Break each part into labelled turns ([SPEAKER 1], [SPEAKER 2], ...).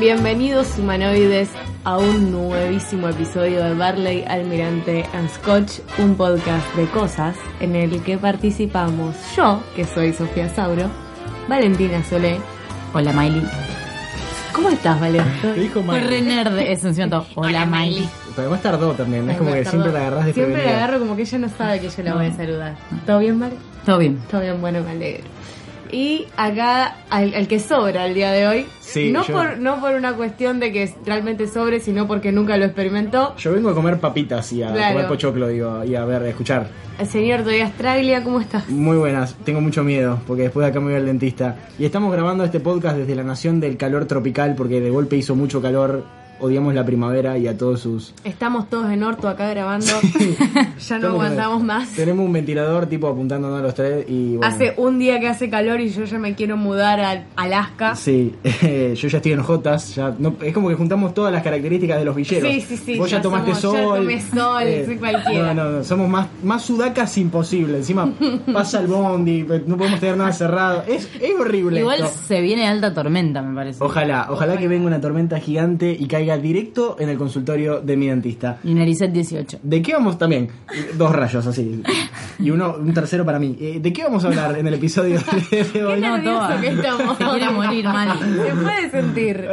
[SPEAKER 1] Bienvenidos humanoides a un nuevísimo episodio de Barley, Almirante and Scotch, un podcast de cosas en el que participamos yo, que soy Sofía Sauro, Valentina Solé.
[SPEAKER 2] Hola Miley.
[SPEAKER 1] ¿Cómo estás, Valentina?
[SPEAKER 3] Te dijo
[SPEAKER 2] Fue re
[SPEAKER 3] Miley.
[SPEAKER 2] nerd ese encima. Hola Miley.
[SPEAKER 3] Pero además tardó también. Es como que siempre la agarras de
[SPEAKER 1] Siempre la agarro como que ella no sabe que yo la voy a saludar. ¿Todo bien, Vale?
[SPEAKER 2] Todo bien.
[SPEAKER 1] Todo bien, bueno, me alegro. Y acá, al, al que sobra el día de hoy,
[SPEAKER 3] Sí,
[SPEAKER 1] no,
[SPEAKER 3] yo-
[SPEAKER 1] por, no por una cuestión de que realmente sobre, sino porque nunca lo experimentó,
[SPEAKER 3] Yo vengo a comer papitas y a
[SPEAKER 1] Claro.
[SPEAKER 3] comer pochoclo, digo, y a ver, a escuchar.
[SPEAKER 1] el señor Tobias Traglia, ¿cómo estás?
[SPEAKER 3] Muy buenas, tengo mucho miedo, porque después de acá me voy al dentista. Y estamos grabando este podcast desde la nación del calor tropical, porque de golpe hizo mucho calor, odiamos la primavera y a todos sus...
[SPEAKER 1] Estamos todos en Orto acá grabando. ya no
[SPEAKER 3] Estamos-
[SPEAKER 1] aguantamos más.
[SPEAKER 3] Tenemos un ventilador tipo apuntándonos a los tres y bueno.
[SPEAKER 1] Hace un día que hace calor y yo ya me quiero mudar a Alaska.
[SPEAKER 3] Sí, eh, yo ya estoy en Jotas, ya no- es como que juntamos todas las características de los villeros.
[SPEAKER 1] Sí, sí, sí,
[SPEAKER 3] Vos
[SPEAKER 1] ya
[SPEAKER 3] ya tomaste
[SPEAKER 1] somos- ya
[SPEAKER 3] sol. Eh,
[SPEAKER 1] tomé sol, soy cualquiera.
[SPEAKER 3] No, no, no, somos más, más sudacas imposible. Encima pasa el bondi, pues, no podemos tener nada cerrado. Es, es horrible
[SPEAKER 2] Igual
[SPEAKER 3] esto.
[SPEAKER 2] se viene alta tormenta, me parece.
[SPEAKER 3] Ojalá, ojalá que venga una tormenta gigante y caiga directo en el consultorio de mi dentista.
[SPEAKER 2] Y Naricet 18.
[SPEAKER 3] ¿De qué vamos también? Dos rayos así. Y uno, un tercero para mí. Eh, ¿De qué vamos a hablar en el episodio de
[SPEAKER 1] Qué
[SPEAKER 3] hoy?
[SPEAKER 1] nervioso
[SPEAKER 2] toda.
[SPEAKER 1] que estamos.
[SPEAKER 2] Se quiere morir, Mali.
[SPEAKER 1] Se puede sentir.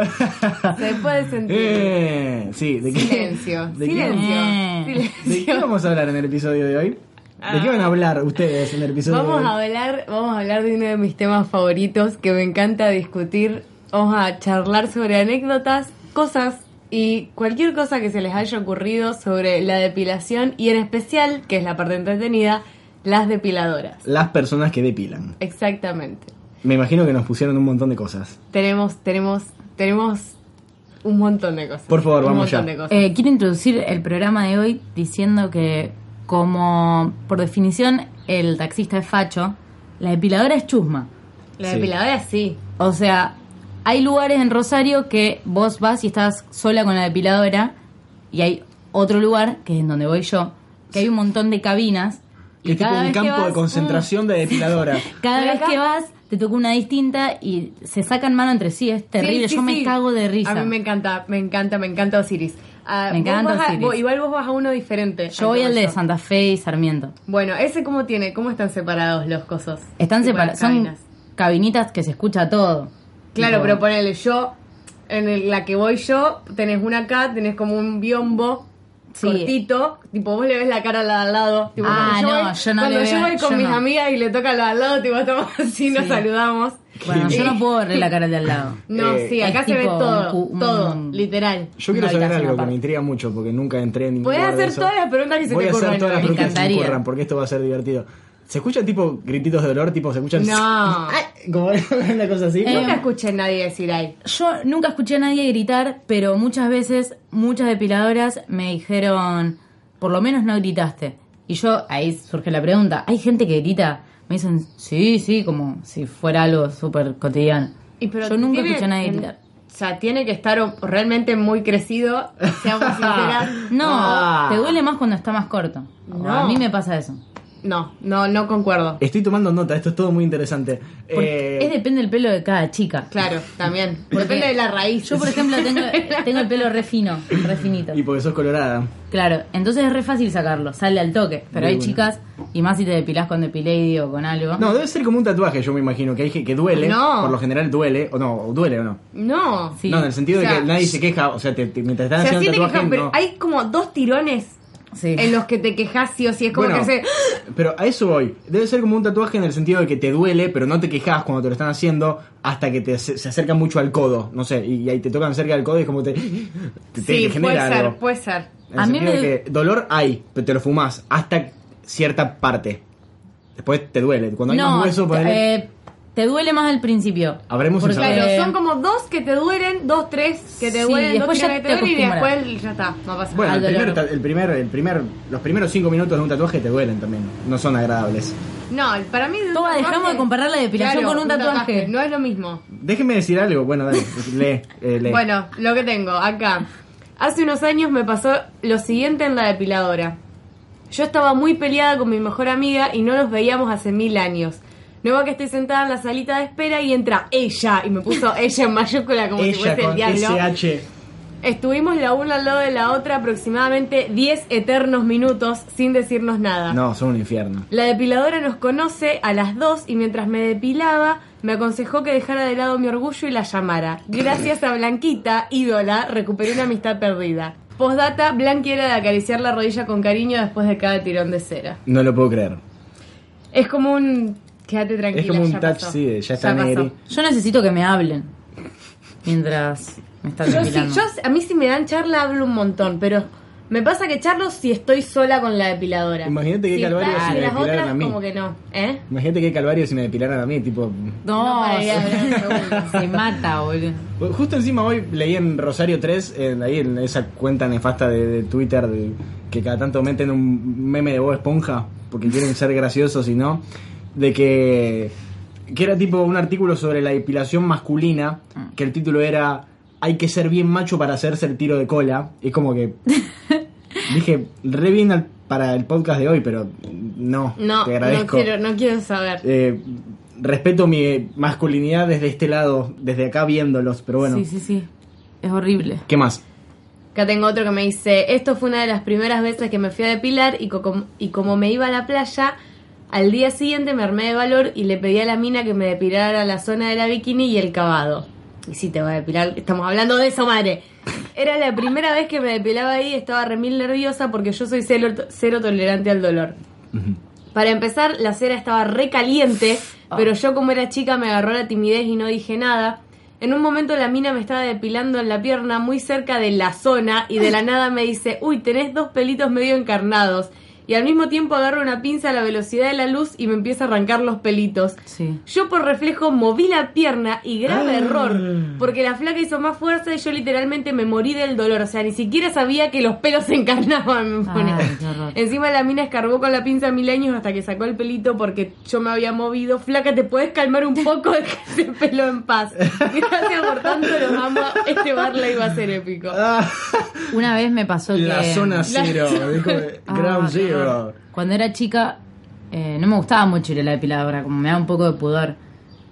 [SPEAKER 1] Se puede sentir.
[SPEAKER 3] Eh, sí, ¿de qué?
[SPEAKER 1] Silencio.
[SPEAKER 3] ¿De qué vamos-
[SPEAKER 1] Silencio.
[SPEAKER 2] Eh.
[SPEAKER 3] ¿De qué
[SPEAKER 1] Silencio.
[SPEAKER 3] vamos a hablar en el episodio de hoy? ¿De qué van a hablar ustedes en el episodio
[SPEAKER 1] Ah. Vamos
[SPEAKER 3] de
[SPEAKER 1] a
[SPEAKER 3] hoy?
[SPEAKER 1] hablar, vamos a hablar de uno de mis temas favoritos que me encanta discutir. Vamos a charlar sobre anécdotas, cosas y cualquier cosa que se les haya ocurrido sobre la depilación y en especial, que es la parte entretenida, las depiladoras.
[SPEAKER 3] Las personas que depilan.
[SPEAKER 1] Exactamente.
[SPEAKER 3] Me imagino que nos pusieron un montón de cosas.
[SPEAKER 1] Tenemos, tenemos, tenemos un montón de cosas.
[SPEAKER 3] Por favor,
[SPEAKER 1] Un
[SPEAKER 3] vamos
[SPEAKER 1] montón
[SPEAKER 3] ya.
[SPEAKER 1] de cosas.
[SPEAKER 2] Eh, quiero introducir el programa de hoy diciendo que, como por definición, el taxista es facho, la depiladora es chusma.
[SPEAKER 1] la
[SPEAKER 3] sí.
[SPEAKER 1] depiladora sí.
[SPEAKER 2] O sea, hay lugares en Rosario que vos vas y estás sola con la depiladora y hay otro lugar, que es en donde voy yo, que hay un montón de cabinas.
[SPEAKER 3] Que es tipo un
[SPEAKER 2] vez que
[SPEAKER 3] campo
[SPEAKER 2] vas,
[SPEAKER 3] de concentración
[SPEAKER 1] uh,
[SPEAKER 3] de depiladoras.
[SPEAKER 2] Cada
[SPEAKER 1] Pero
[SPEAKER 2] vez
[SPEAKER 1] acá-
[SPEAKER 2] que vas, te toca una distinta y se sacan mano entre sí, es terrible.
[SPEAKER 1] Sí,
[SPEAKER 2] Yo
[SPEAKER 1] sí,
[SPEAKER 2] me
[SPEAKER 1] sí.
[SPEAKER 2] cago de risa.
[SPEAKER 1] A mí me encanta, me encanta, me encanta Osiris. Ah,
[SPEAKER 2] Me
[SPEAKER 1] vos
[SPEAKER 2] encanta
[SPEAKER 1] vas a-
[SPEAKER 2] Osiris.
[SPEAKER 1] vos- igual vos vas a uno diferente.
[SPEAKER 2] Yo voy
[SPEAKER 1] que
[SPEAKER 2] al de
[SPEAKER 1] yo.
[SPEAKER 2] Santa Fe y Sarmiento.
[SPEAKER 1] Bueno, ese cómo tiene, cómo están separados los cosos.
[SPEAKER 2] Están
[SPEAKER 1] Tipo
[SPEAKER 2] separadas,
[SPEAKER 1] las
[SPEAKER 2] son
[SPEAKER 1] cabinas.
[SPEAKER 2] cabinitas que se escucha todo.
[SPEAKER 1] Claro,
[SPEAKER 2] Tipo,
[SPEAKER 1] pero ponele yo en el- la que voy yo, tenés una acá, tenés como un biombo
[SPEAKER 2] Sí.
[SPEAKER 1] cortito, tipo vos le ves la cara a la de al lado. Tipo,
[SPEAKER 2] Ah,
[SPEAKER 1] cuando yo
[SPEAKER 2] no,
[SPEAKER 1] voy,
[SPEAKER 2] yo no
[SPEAKER 1] Cuando
[SPEAKER 2] le
[SPEAKER 1] yo
[SPEAKER 2] veo,
[SPEAKER 1] voy con
[SPEAKER 2] yo
[SPEAKER 1] mis
[SPEAKER 2] no.
[SPEAKER 1] amigas y le toca a la de al lado, tipo estamos así, nos
[SPEAKER 2] Sí.
[SPEAKER 1] saludamos.
[SPEAKER 2] Bueno, yo no puedo verle la cara al de al lado.
[SPEAKER 1] No,
[SPEAKER 3] Eh,
[SPEAKER 1] sí,
[SPEAKER 2] es
[SPEAKER 1] acá se ve
[SPEAKER 2] tipo un
[SPEAKER 1] todo,
[SPEAKER 2] cu- un-
[SPEAKER 1] todo, literal.
[SPEAKER 3] Yo
[SPEAKER 2] Una
[SPEAKER 3] quiero saber
[SPEAKER 2] habitación
[SPEAKER 3] algo que
[SPEAKER 2] aparte.
[SPEAKER 3] me intriga mucho porque nunca entré en ningún
[SPEAKER 1] Podés
[SPEAKER 3] lugar de
[SPEAKER 1] hacer
[SPEAKER 3] eso.
[SPEAKER 1] todas las preguntas que se
[SPEAKER 3] Voy
[SPEAKER 1] te
[SPEAKER 3] a hacer
[SPEAKER 1] ocurran,
[SPEAKER 3] todas
[SPEAKER 1] me
[SPEAKER 3] las preguntas que se me
[SPEAKER 2] encantaría.
[SPEAKER 3] ocurran porque esto va a ser divertido. ¿Se escuchan tipo grititos de dolor? Tipo, ¿se escuchan?
[SPEAKER 1] No.
[SPEAKER 3] Ay, Como una cosa así.
[SPEAKER 2] Eh,
[SPEAKER 1] Nunca escuché a nadie decir ay.
[SPEAKER 2] Yo nunca escuché a nadie gritar, pero muchas veces, muchas depiladoras me dijeron, por lo menos no gritaste. Y yo, ahí surge la pregunta, ¿hay gente que grita? Me dicen, sí, sí, como si fuera algo súper cotidiano.
[SPEAKER 1] Y pero
[SPEAKER 2] yo nunca
[SPEAKER 1] tiene-
[SPEAKER 2] escuché a nadie gritar.
[SPEAKER 1] O sea, tiene que estar o- realmente muy crecido, seamos sinceras.
[SPEAKER 2] No,
[SPEAKER 3] Ah.
[SPEAKER 2] te duele más cuando está más corto.
[SPEAKER 1] No.
[SPEAKER 2] A mí me pasa eso.
[SPEAKER 1] No, no, no concuerdo.
[SPEAKER 3] Estoy tomando nota, esto es todo muy interesante.
[SPEAKER 2] Porque
[SPEAKER 3] Eh,
[SPEAKER 2] es depende del pelo de cada chica.
[SPEAKER 1] Claro, también.
[SPEAKER 2] Porque
[SPEAKER 1] Depende de la raíz.
[SPEAKER 2] Yo, por ejemplo, tengo, tengo el pelo re fino, re finito.
[SPEAKER 3] Y porque sos colorada.
[SPEAKER 2] Claro, entonces es re fácil sacarlo, sale al toque. Pero
[SPEAKER 3] Muy
[SPEAKER 2] hay
[SPEAKER 3] bueno.
[SPEAKER 2] chicas, y más si te depilás con depilady o con algo.
[SPEAKER 3] No, debe ser como un tatuaje, yo me imagino, que hay que que duele.
[SPEAKER 1] No.
[SPEAKER 3] Por lo general duele, o no, o duele o no.
[SPEAKER 1] No.
[SPEAKER 2] Sí.
[SPEAKER 3] No, en el sentido
[SPEAKER 1] O
[SPEAKER 3] de
[SPEAKER 1] sea,
[SPEAKER 3] que nadie se queja, o sea, te, te- mientras
[SPEAKER 1] O
[SPEAKER 3] estás
[SPEAKER 1] sea, sí
[SPEAKER 3] haciendo
[SPEAKER 1] te
[SPEAKER 3] el
[SPEAKER 1] quejas,
[SPEAKER 3] tatuaje,
[SPEAKER 1] pero
[SPEAKER 3] Ah, no.
[SPEAKER 1] hay como dos tirones
[SPEAKER 2] Sí.
[SPEAKER 1] en los que te quejas sí o sí. Es como
[SPEAKER 3] Bueno,
[SPEAKER 1] que hace.
[SPEAKER 3] pero a eso voy. Debe ser como un tatuaje en el sentido de que te duele, pero no te quejas cuando te lo están haciendo hasta que te, se, se acerca mucho al codo, no sé, y, ahí te tocan cerca del codo y es como te, te, te
[SPEAKER 1] Sí, puede
[SPEAKER 3] genera
[SPEAKER 1] ser,
[SPEAKER 3] algo.
[SPEAKER 1] puede ser.
[SPEAKER 3] En el
[SPEAKER 2] A mí
[SPEAKER 3] sentido
[SPEAKER 2] me-
[SPEAKER 3] de que dolor hay, pero te lo fumas hasta cierta parte. Después te duele. Cuando hay
[SPEAKER 2] No,
[SPEAKER 3] más hueso, ponele-
[SPEAKER 2] eh, te duele más al principio.
[SPEAKER 3] Habremos
[SPEAKER 2] Porque-
[SPEAKER 3] usado.
[SPEAKER 1] Claro,
[SPEAKER 2] Eh,
[SPEAKER 1] son como dos que te duelen, dos, tres que te
[SPEAKER 2] sí,
[SPEAKER 1] duelen, dos
[SPEAKER 2] después ya
[SPEAKER 1] tirones que
[SPEAKER 2] te
[SPEAKER 1] te duelen y
[SPEAKER 2] acostumbras.
[SPEAKER 1] después ya está, no pasa
[SPEAKER 3] Bueno,
[SPEAKER 1] nada.
[SPEAKER 3] el
[SPEAKER 2] al
[SPEAKER 3] primer,
[SPEAKER 2] dolor.
[SPEAKER 3] ta- el primer, el primer, los primeros cinco minutos de un tatuaje te duelen también. No son agradables.
[SPEAKER 1] No, para mí.
[SPEAKER 2] Toma,
[SPEAKER 1] un
[SPEAKER 2] dejamos de comparar la depilación con un tatuaje.
[SPEAKER 1] No es lo mismo.
[SPEAKER 3] Déjeme decir algo. Bueno, dale, lee, eh, lee.
[SPEAKER 1] Bueno, lo que tengo acá. Hace unos años me pasó lo siguiente en la depiladora. Yo estaba muy peleada con mi mejor amiga y no nos veíamos hace mil años. No va que estoy sentada en la salita de espera y entra ella y me puso ella en mayúscula como si
[SPEAKER 3] Ella
[SPEAKER 1] fuese el
[SPEAKER 3] con
[SPEAKER 1] diablo.
[SPEAKER 3] SH.
[SPEAKER 1] Estuvimos la una al lado de la otra aproximadamente 10 eternos minutos sin decirnos nada.
[SPEAKER 3] No, son un infierno.
[SPEAKER 1] La depiladora nos conoce a las dos y mientras me depilaba me aconsejó que dejara de lado mi orgullo y la llamara. Gracias a Blanquita, ídola, recuperé una amistad perdida. Postdata, Blanqui era de acariciar la rodilla con cariño después de cada tirón de cera.
[SPEAKER 3] No lo puedo creer.
[SPEAKER 1] Es como un... Quédate tranquila,
[SPEAKER 3] Es como un
[SPEAKER 1] ya
[SPEAKER 3] touch,
[SPEAKER 1] pasó.
[SPEAKER 3] sí, de ya está
[SPEAKER 1] pasó.
[SPEAKER 3] negri.
[SPEAKER 2] Yo necesito que me hablen mientras me están
[SPEAKER 1] Yo sí,
[SPEAKER 2] depilando.
[SPEAKER 1] yo, a mí si me dan charla hablo un montón, pero me pasa que charlo si estoy sola con la depiladora.
[SPEAKER 3] Imagínate qué
[SPEAKER 1] si
[SPEAKER 3] calvario
[SPEAKER 1] está-
[SPEAKER 3] si me
[SPEAKER 1] y las
[SPEAKER 3] depilaran
[SPEAKER 1] otras
[SPEAKER 3] a mí.
[SPEAKER 1] como que no, ¿eh?
[SPEAKER 3] Imagínate qué calvario si me depilaran a mí, tipo...
[SPEAKER 1] No
[SPEAKER 2] No,
[SPEAKER 1] pararía de hablar un segundo.
[SPEAKER 2] se, se mata, boludo.
[SPEAKER 3] Pues Justo encima hoy leí en Rosario 3, en- ahí en esa cuenta nefasta de, de Twitter, de- que cada tanto meten un meme de Bob Esponja, porque quieren ser graciosos y no, de que, que era tipo un artículo sobre la depilación masculina,
[SPEAKER 1] Ah.
[SPEAKER 3] que el título era Hay que ser bien macho para hacerse el tiro de cola. Y es como que dije, re bien al- para el podcast de hoy, pero no,
[SPEAKER 1] No,
[SPEAKER 3] te agradezco.
[SPEAKER 1] no quiero, no quiero saber.
[SPEAKER 3] Eh, respeto mi masculinidad desde este lado, desde acá viéndolos, pero bueno.
[SPEAKER 2] Sí, sí, sí. Es horrible.
[SPEAKER 3] ¿Qué más?
[SPEAKER 1] Acá tengo otro que me dice, esto fue una de las primeras veces que me fui a depilar y, co- com- y como me iba a la playa, al día siguiente me armé de valor y le pedí a la mina que me depilara la zona de la bikini y el cavado. Y sí, te voy a depilar, estamos hablando de eso, madre. Era la primera vez que me depilaba ahí, estaba re mil nerviosa porque yo soy cero, cero tolerante al dolor. Para empezar, la cera estaba re caliente, pero yo como era chica me agarró la timidez y no dije nada. En un momento la mina me estaba depilando en la pierna muy cerca de la zona y de la nada me dice, uy, tenés dos pelitos medio encarnados. Y al mismo tiempo agarro una pinza a la velocidad de la luz y me empieza a arrancar los pelitos.
[SPEAKER 2] Sí.
[SPEAKER 1] Yo por reflejo moví la pierna y
[SPEAKER 2] Ah.
[SPEAKER 1] grave error, porque la flaca hizo más fuerza y yo literalmente me morí del dolor. O sea, ni siquiera sabía que los pelos se encarnaban, me pone.
[SPEAKER 2] Ay, qué horror.
[SPEAKER 1] Encima la mina escarbó con la pinza mil años hasta que sacó el pelito porque yo me había movido. Flaca, ¿te puedes calmar un poco? Deja ese pelo en paz. Gracias por tanto, los amo. Este barla iba a ser épico.
[SPEAKER 2] Ah. Una vez me pasó que...
[SPEAKER 3] Ah, la zona cero, dijo,
[SPEAKER 2] Ah,
[SPEAKER 3] Ground
[SPEAKER 2] qué
[SPEAKER 3] Zero.
[SPEAKER 2] horror. Cuando era chica, eh, no me gustaba mucho ir a la depiladora, como me da un poco de pudor.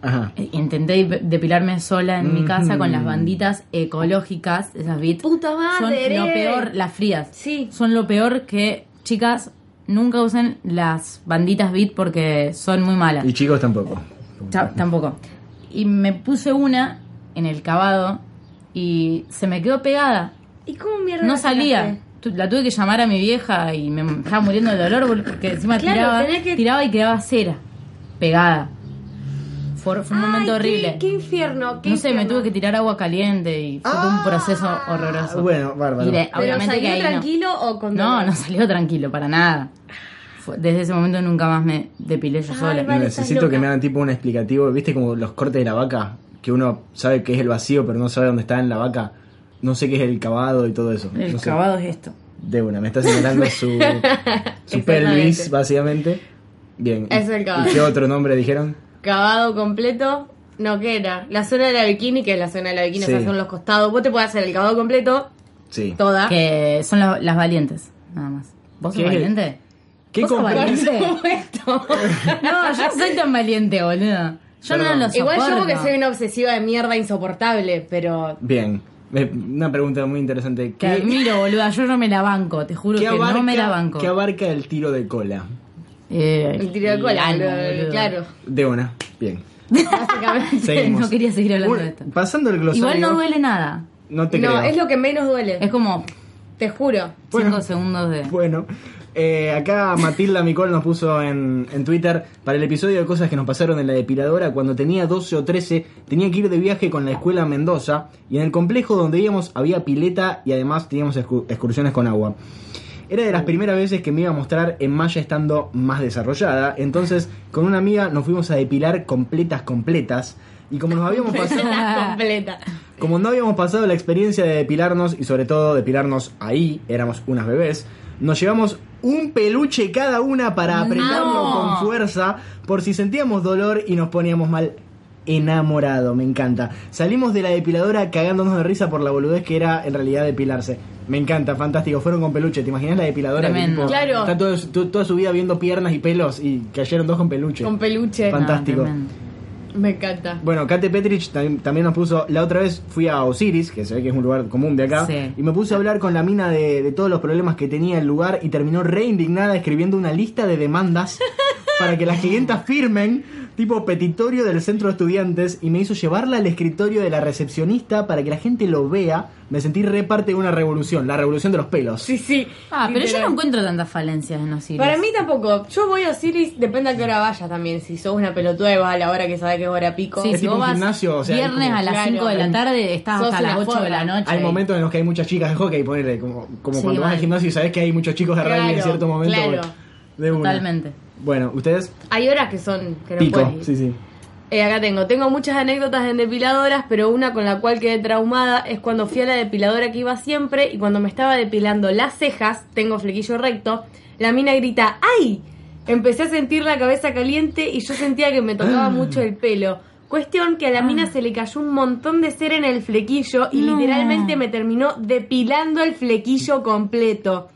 [SPEAKER 3] Ajá.
[SPEAKER 2] Eh, Intenté dep- depilarme sola en mi casa con las banditas ecológicas, esas bits.
[SPEAKER 1] ¡Puta
[SPEAKER 2] Son
[SPEAKER 1] madre! eh.
[SPEAKER 2] lo peor, las frías.
[SPEAKER 1] Sí.
[SPEAKER 2] Son lo peor que, chicas, nunca usen las banditas bit porque son muy malas.
[SPEAKER 3] Y chicos tampoco.
[SPEAKER 2] Chao, tampoco. Y me puse una en el cavado y se me quedó pegada.
[SPEAKER 1] ¿Y cómo mierda?
[SPEAKER 2] No
[SPEAKER 1] la
[SPEAKER 2] salía.
[SPEAKER 1] sacaste?
[SPEAKER 2] Tu- La tuve que llamar a mi vieja y me estaba muriendo de dolor boludo, porque encima
[SPEAKER 1] Claro,
[SPEAKER 2] tiraba,
[SPEAKER 1] tenés que-
[SPEAKER 2] tiraba y quedaba cera, pegada. Fue, fue un
[SPEAKER 1] Ay,
[SPEAKER 2] momento
[SPEAKER 1] qué-
[SPEAKER 2] horrible.
[SPEAKER 1] Qué, infierno. Qué
[SPEAKER 2] no sé, me
[SPEAKER 1] infierno.
[SPEAKER 2] tuve que tirar agua caliente y fue todo
[SPEAKER 1] Ah,
[SPEAKER 2] un proceso horroroso.
[SPEAKER 3] Ah, Bueno, bárbaro.
[SPEAKER 2] Y de-
[SPEAKER 1] ¿Pero
[SPEAKER 2] obviamente que
[SPEAKER 1] salió
[SPEAKER 2] ahí no.
[SPEAKER 1] tranquilo o con
[SPEAKER 2] No,
[SPEAKER 1] dolor?
[SPEAKER 2] no salió tranquilo, para nada. Fue- desde ese momento nunca más me depilé yo
[SPEAKER 1] Ay,
[SPEAKER 2] sola.
[SPEAKER 1] vale, estás
[SPEAKER 3] Necesito que
[SPEAKER 1] loca.
[SPEAKER 3] me hagan tipo un explicativo, ¿viste como los cortes de la vaca? Que uno sabe que es el vacío, pero no sabe dónde está en la vaca. No sé qué es el cavado y todo eso.
[SPEAKER 2] El
[SPEAKER 3] no sé.
[SPEAKER 2] cavado es esto.
[SPEAKER 3] De una, me está señalando su, su
[SPEAKER 1] Exactamente.
[SPEAKER 3] pelvis, básicamente. Bien. ¿y-
[SPEAKER 1] Es el cavado.
[SPEAKER 3] ¿Y qué otro nombre dijeron?
[SPEAKER 1] Cavado completo, no que era. La zona de la bikini, que es la zona de la bikini,
[SPEAKER 3] Sí.
[SPEAKER 1] o sea, son los costados. Vos te podés hacer el cavado completo,
[SPEAKER 3] Sí.
[SPEAKER 1] toda.
[SPEAKER 2] Que son las, las valientes, nada más. ¿Vos sos
[SPEAKER 3] ¿Qué?
[SPEAKER 2] valiente?
[SPEAKER 3] ¿Qué
[SPEAKER 2] ¿Vos sos
[SPEAKER 3] compromiso?
[SPEAKER 2] valiente?
[SPEAKER 1] Esto.
[SPEAKER 2] No, yo no soy tan valiente, boluda. Yo
[SPEAKER 3] Perdón.
[SPEAKER 2] no lo soporto.
[SPEAKER 1] Igual yo porque soy una obsesiva de mierda insoportable, pero
[SPEAKER 3] Bien. Eh, Una pregunta muy interesante.
[SPEAKER 2] Te
[SPEAKER 3] ¿Qué,
[SPEAKER 2] admiro, boluda. Yo no me la banco. Te juro
[SPEAKER 3] qué
[SPEAKER 2] que
[SPEAKER 3] abarca,
[SPEAKER 2] no me la banco.
[SPEAKER 3] qué abarca el tiro de cola?
[SPEAKER 2] Eh,
[SPEAKER 1] el tiro de cola,
[SPEAKER 2] algo,
[SPEAKER 1] lo-
[SPEAKER 2] boluda.
[SPEAKER 1] claro.
[SPEAKER 3] De una. Bien.
[SPEAKER 1] Básicamente.
[SPEAKER 3] Seguimos.
[SPEAKER 2] No quería seguir hablando
[SPEAKER 3] Un-
[SPEAKER 2] de esto.
[SPEAKER 3] Pasando el glosario.
[SPEAKER 2] Igual no duele nada.
[SPEAKER 3] No te
[SPEAKER 1] no,
[SPEAKER 3] creo.
[SPEAKER 1] es lo que menos duele.
[SPEAKER 2] Es como
[SPEAKER 1] Te juro.
[SPEAKER 3] Bueno.
[SPEAKER 2] 5 segundos de.
[SPEAKER 3] Bueno, eh, acá Matilda Micol nos puso en, en Twitter para el episodio de cosas que nos pasaron en la depiladora. Cuando tenía 12 o 13, tenía que ir de viaje con la escuela a Mendoza y en el complejo donde íbamos había pileta y además teníamos excu- excursiones con agua. Era de las primeras veces que me iba a mostrar en malla estando más desarrollada. Entonces, con una amiga nos fuimos a depilar completas, completas. Y como nos habíamos pasado.
[SPEAKER 1] completa.
[SPEAKER 3] Como no habíamos pasado la experiencia de depilarnos y sobre todo depilarnos ahí, éramos unas bebés, nos llevamos un peluche cada una para apretarlo
[SPEAKER 2] No.
[SPEAKER 3] con fuerza por si sentíamos dolor y nos poníamos mal. Enamorado, me encanta. Salimos de la depiladora cagándonos de risa por la boludez que era en realidad depilarse. Me encanta, fantástico. Fueron con peluche. ¿Te imaginas la depiladora? que
[SPEAKER 2] Tremendo.
[SPEAKER 1] Claro.
[SPEAKER 3] Está todo- tu- toda su vida viendo piernas y pelos y cayeron dos con peluche.
[SPEAKER 1] Con peluche.
[SPEAKER 3] Fan- fantástico.
[SPEAKER 2] tremendo.
[SPEAKER 1] Me encanta.
[SPEAKER 3] Bueno, Kate Petrich tam- también nos puso, la otra vez fui a Osiris, que se ve que es un lugar común de acá,
[SPEAKER 2] Sí.
[SPEAKER 3] y me puse a hablar con la mina de, de todos los problemas que tenía el lugar y terminó re indignada escribiendo una lista de demandas para que las clientas firmen, tipo petitorio del centro de estudiantes, y me hizo llevarla al escritorio de la recepcionista para que la gente lo vea. Me sentí re parte de una revolución, la revolución de los pelos.
[SPEAKER 1] Sí, sí.
[SPEAKER 2] Ah, pero yo
[SPEAKER 1] Literal.
[SPEAKER 2] no encuentro tantas falencias en los sirios.
[SPEAKER 1] Para mí tampoco. Yo voy a Osiris, depende a qué hora vayas también. Si sos una pelotuda y vas a la hora que sabes que es hora pico.
[SPEAKER 2] Sí,
[SPEAKER 3] Es
[SPEAKER 2] si
[SPEAKER 3] tipo
[SPEAKER 2] vos
[SPEAKER 3] un
[SPEAKER 2] vas
[SPEAKER 3] gimnasio, o sea, hay
[SPEAKER 2] viernes
[SPEAKER 3] como-
[SPEAKER 2] a las
[SPEAKER 1] Claro.
[SPEAKER 2] 5 de la tarde, estás
[SPEAKER 1] Sos
[SPEAKER 2] hasta las
[SPEAKER 1] una
[SPEAKER 2] 8 de
[SPEAKER 1] forra.
[SPEAKER 2] la noche.
[SPEAKER 3] Hay momentos en los que hay muchas chicas de hockey, ponele, como, como
[SPEAKER 2] Sí,
[SPEAKER 3] cuando vas al
[SPEAKER 2] mal.
[SPEAKER 3] gimnasio y sabes que hay muchos chicos de rugby en
[SPEAKER 1] Claro,
[SPEAKER 3] cierto momento.
[SPEAKER 1] claro.
[SPEAKER 3] bueno, de una.
[SPEAKER 2] Totalmente.
[SPEAKER 3] Bueno, ustedes
[SPEAKER 1] Hay horas que son que no
[SPEAKER 3] pico,
[SPEAKER 1] puedes ir.
[SPEAKER 3] sí, sí.
[SPEAKER 1] Eh, acá tengo, tengo muchas anécdotas en depiladoras, pero una con la cual quedé traumada es cuando fui a la depiladora que iba siempre y cuando me estaba depilando las cejas, tengo flequillo recto, la mina grita, ¡ay! Empecé a sentir la cabeza caliente y yo sentía que me tocaba
[SPEAKER 2] Ah.
[SPEAKER 1] mucho el pelo. Cuestión que a la mina se le cayó un montón de cera en el flequillo y
[SPEAKER 2] No.
[SPEAKER 1] literalmente me terminó depilando el flequillo completo.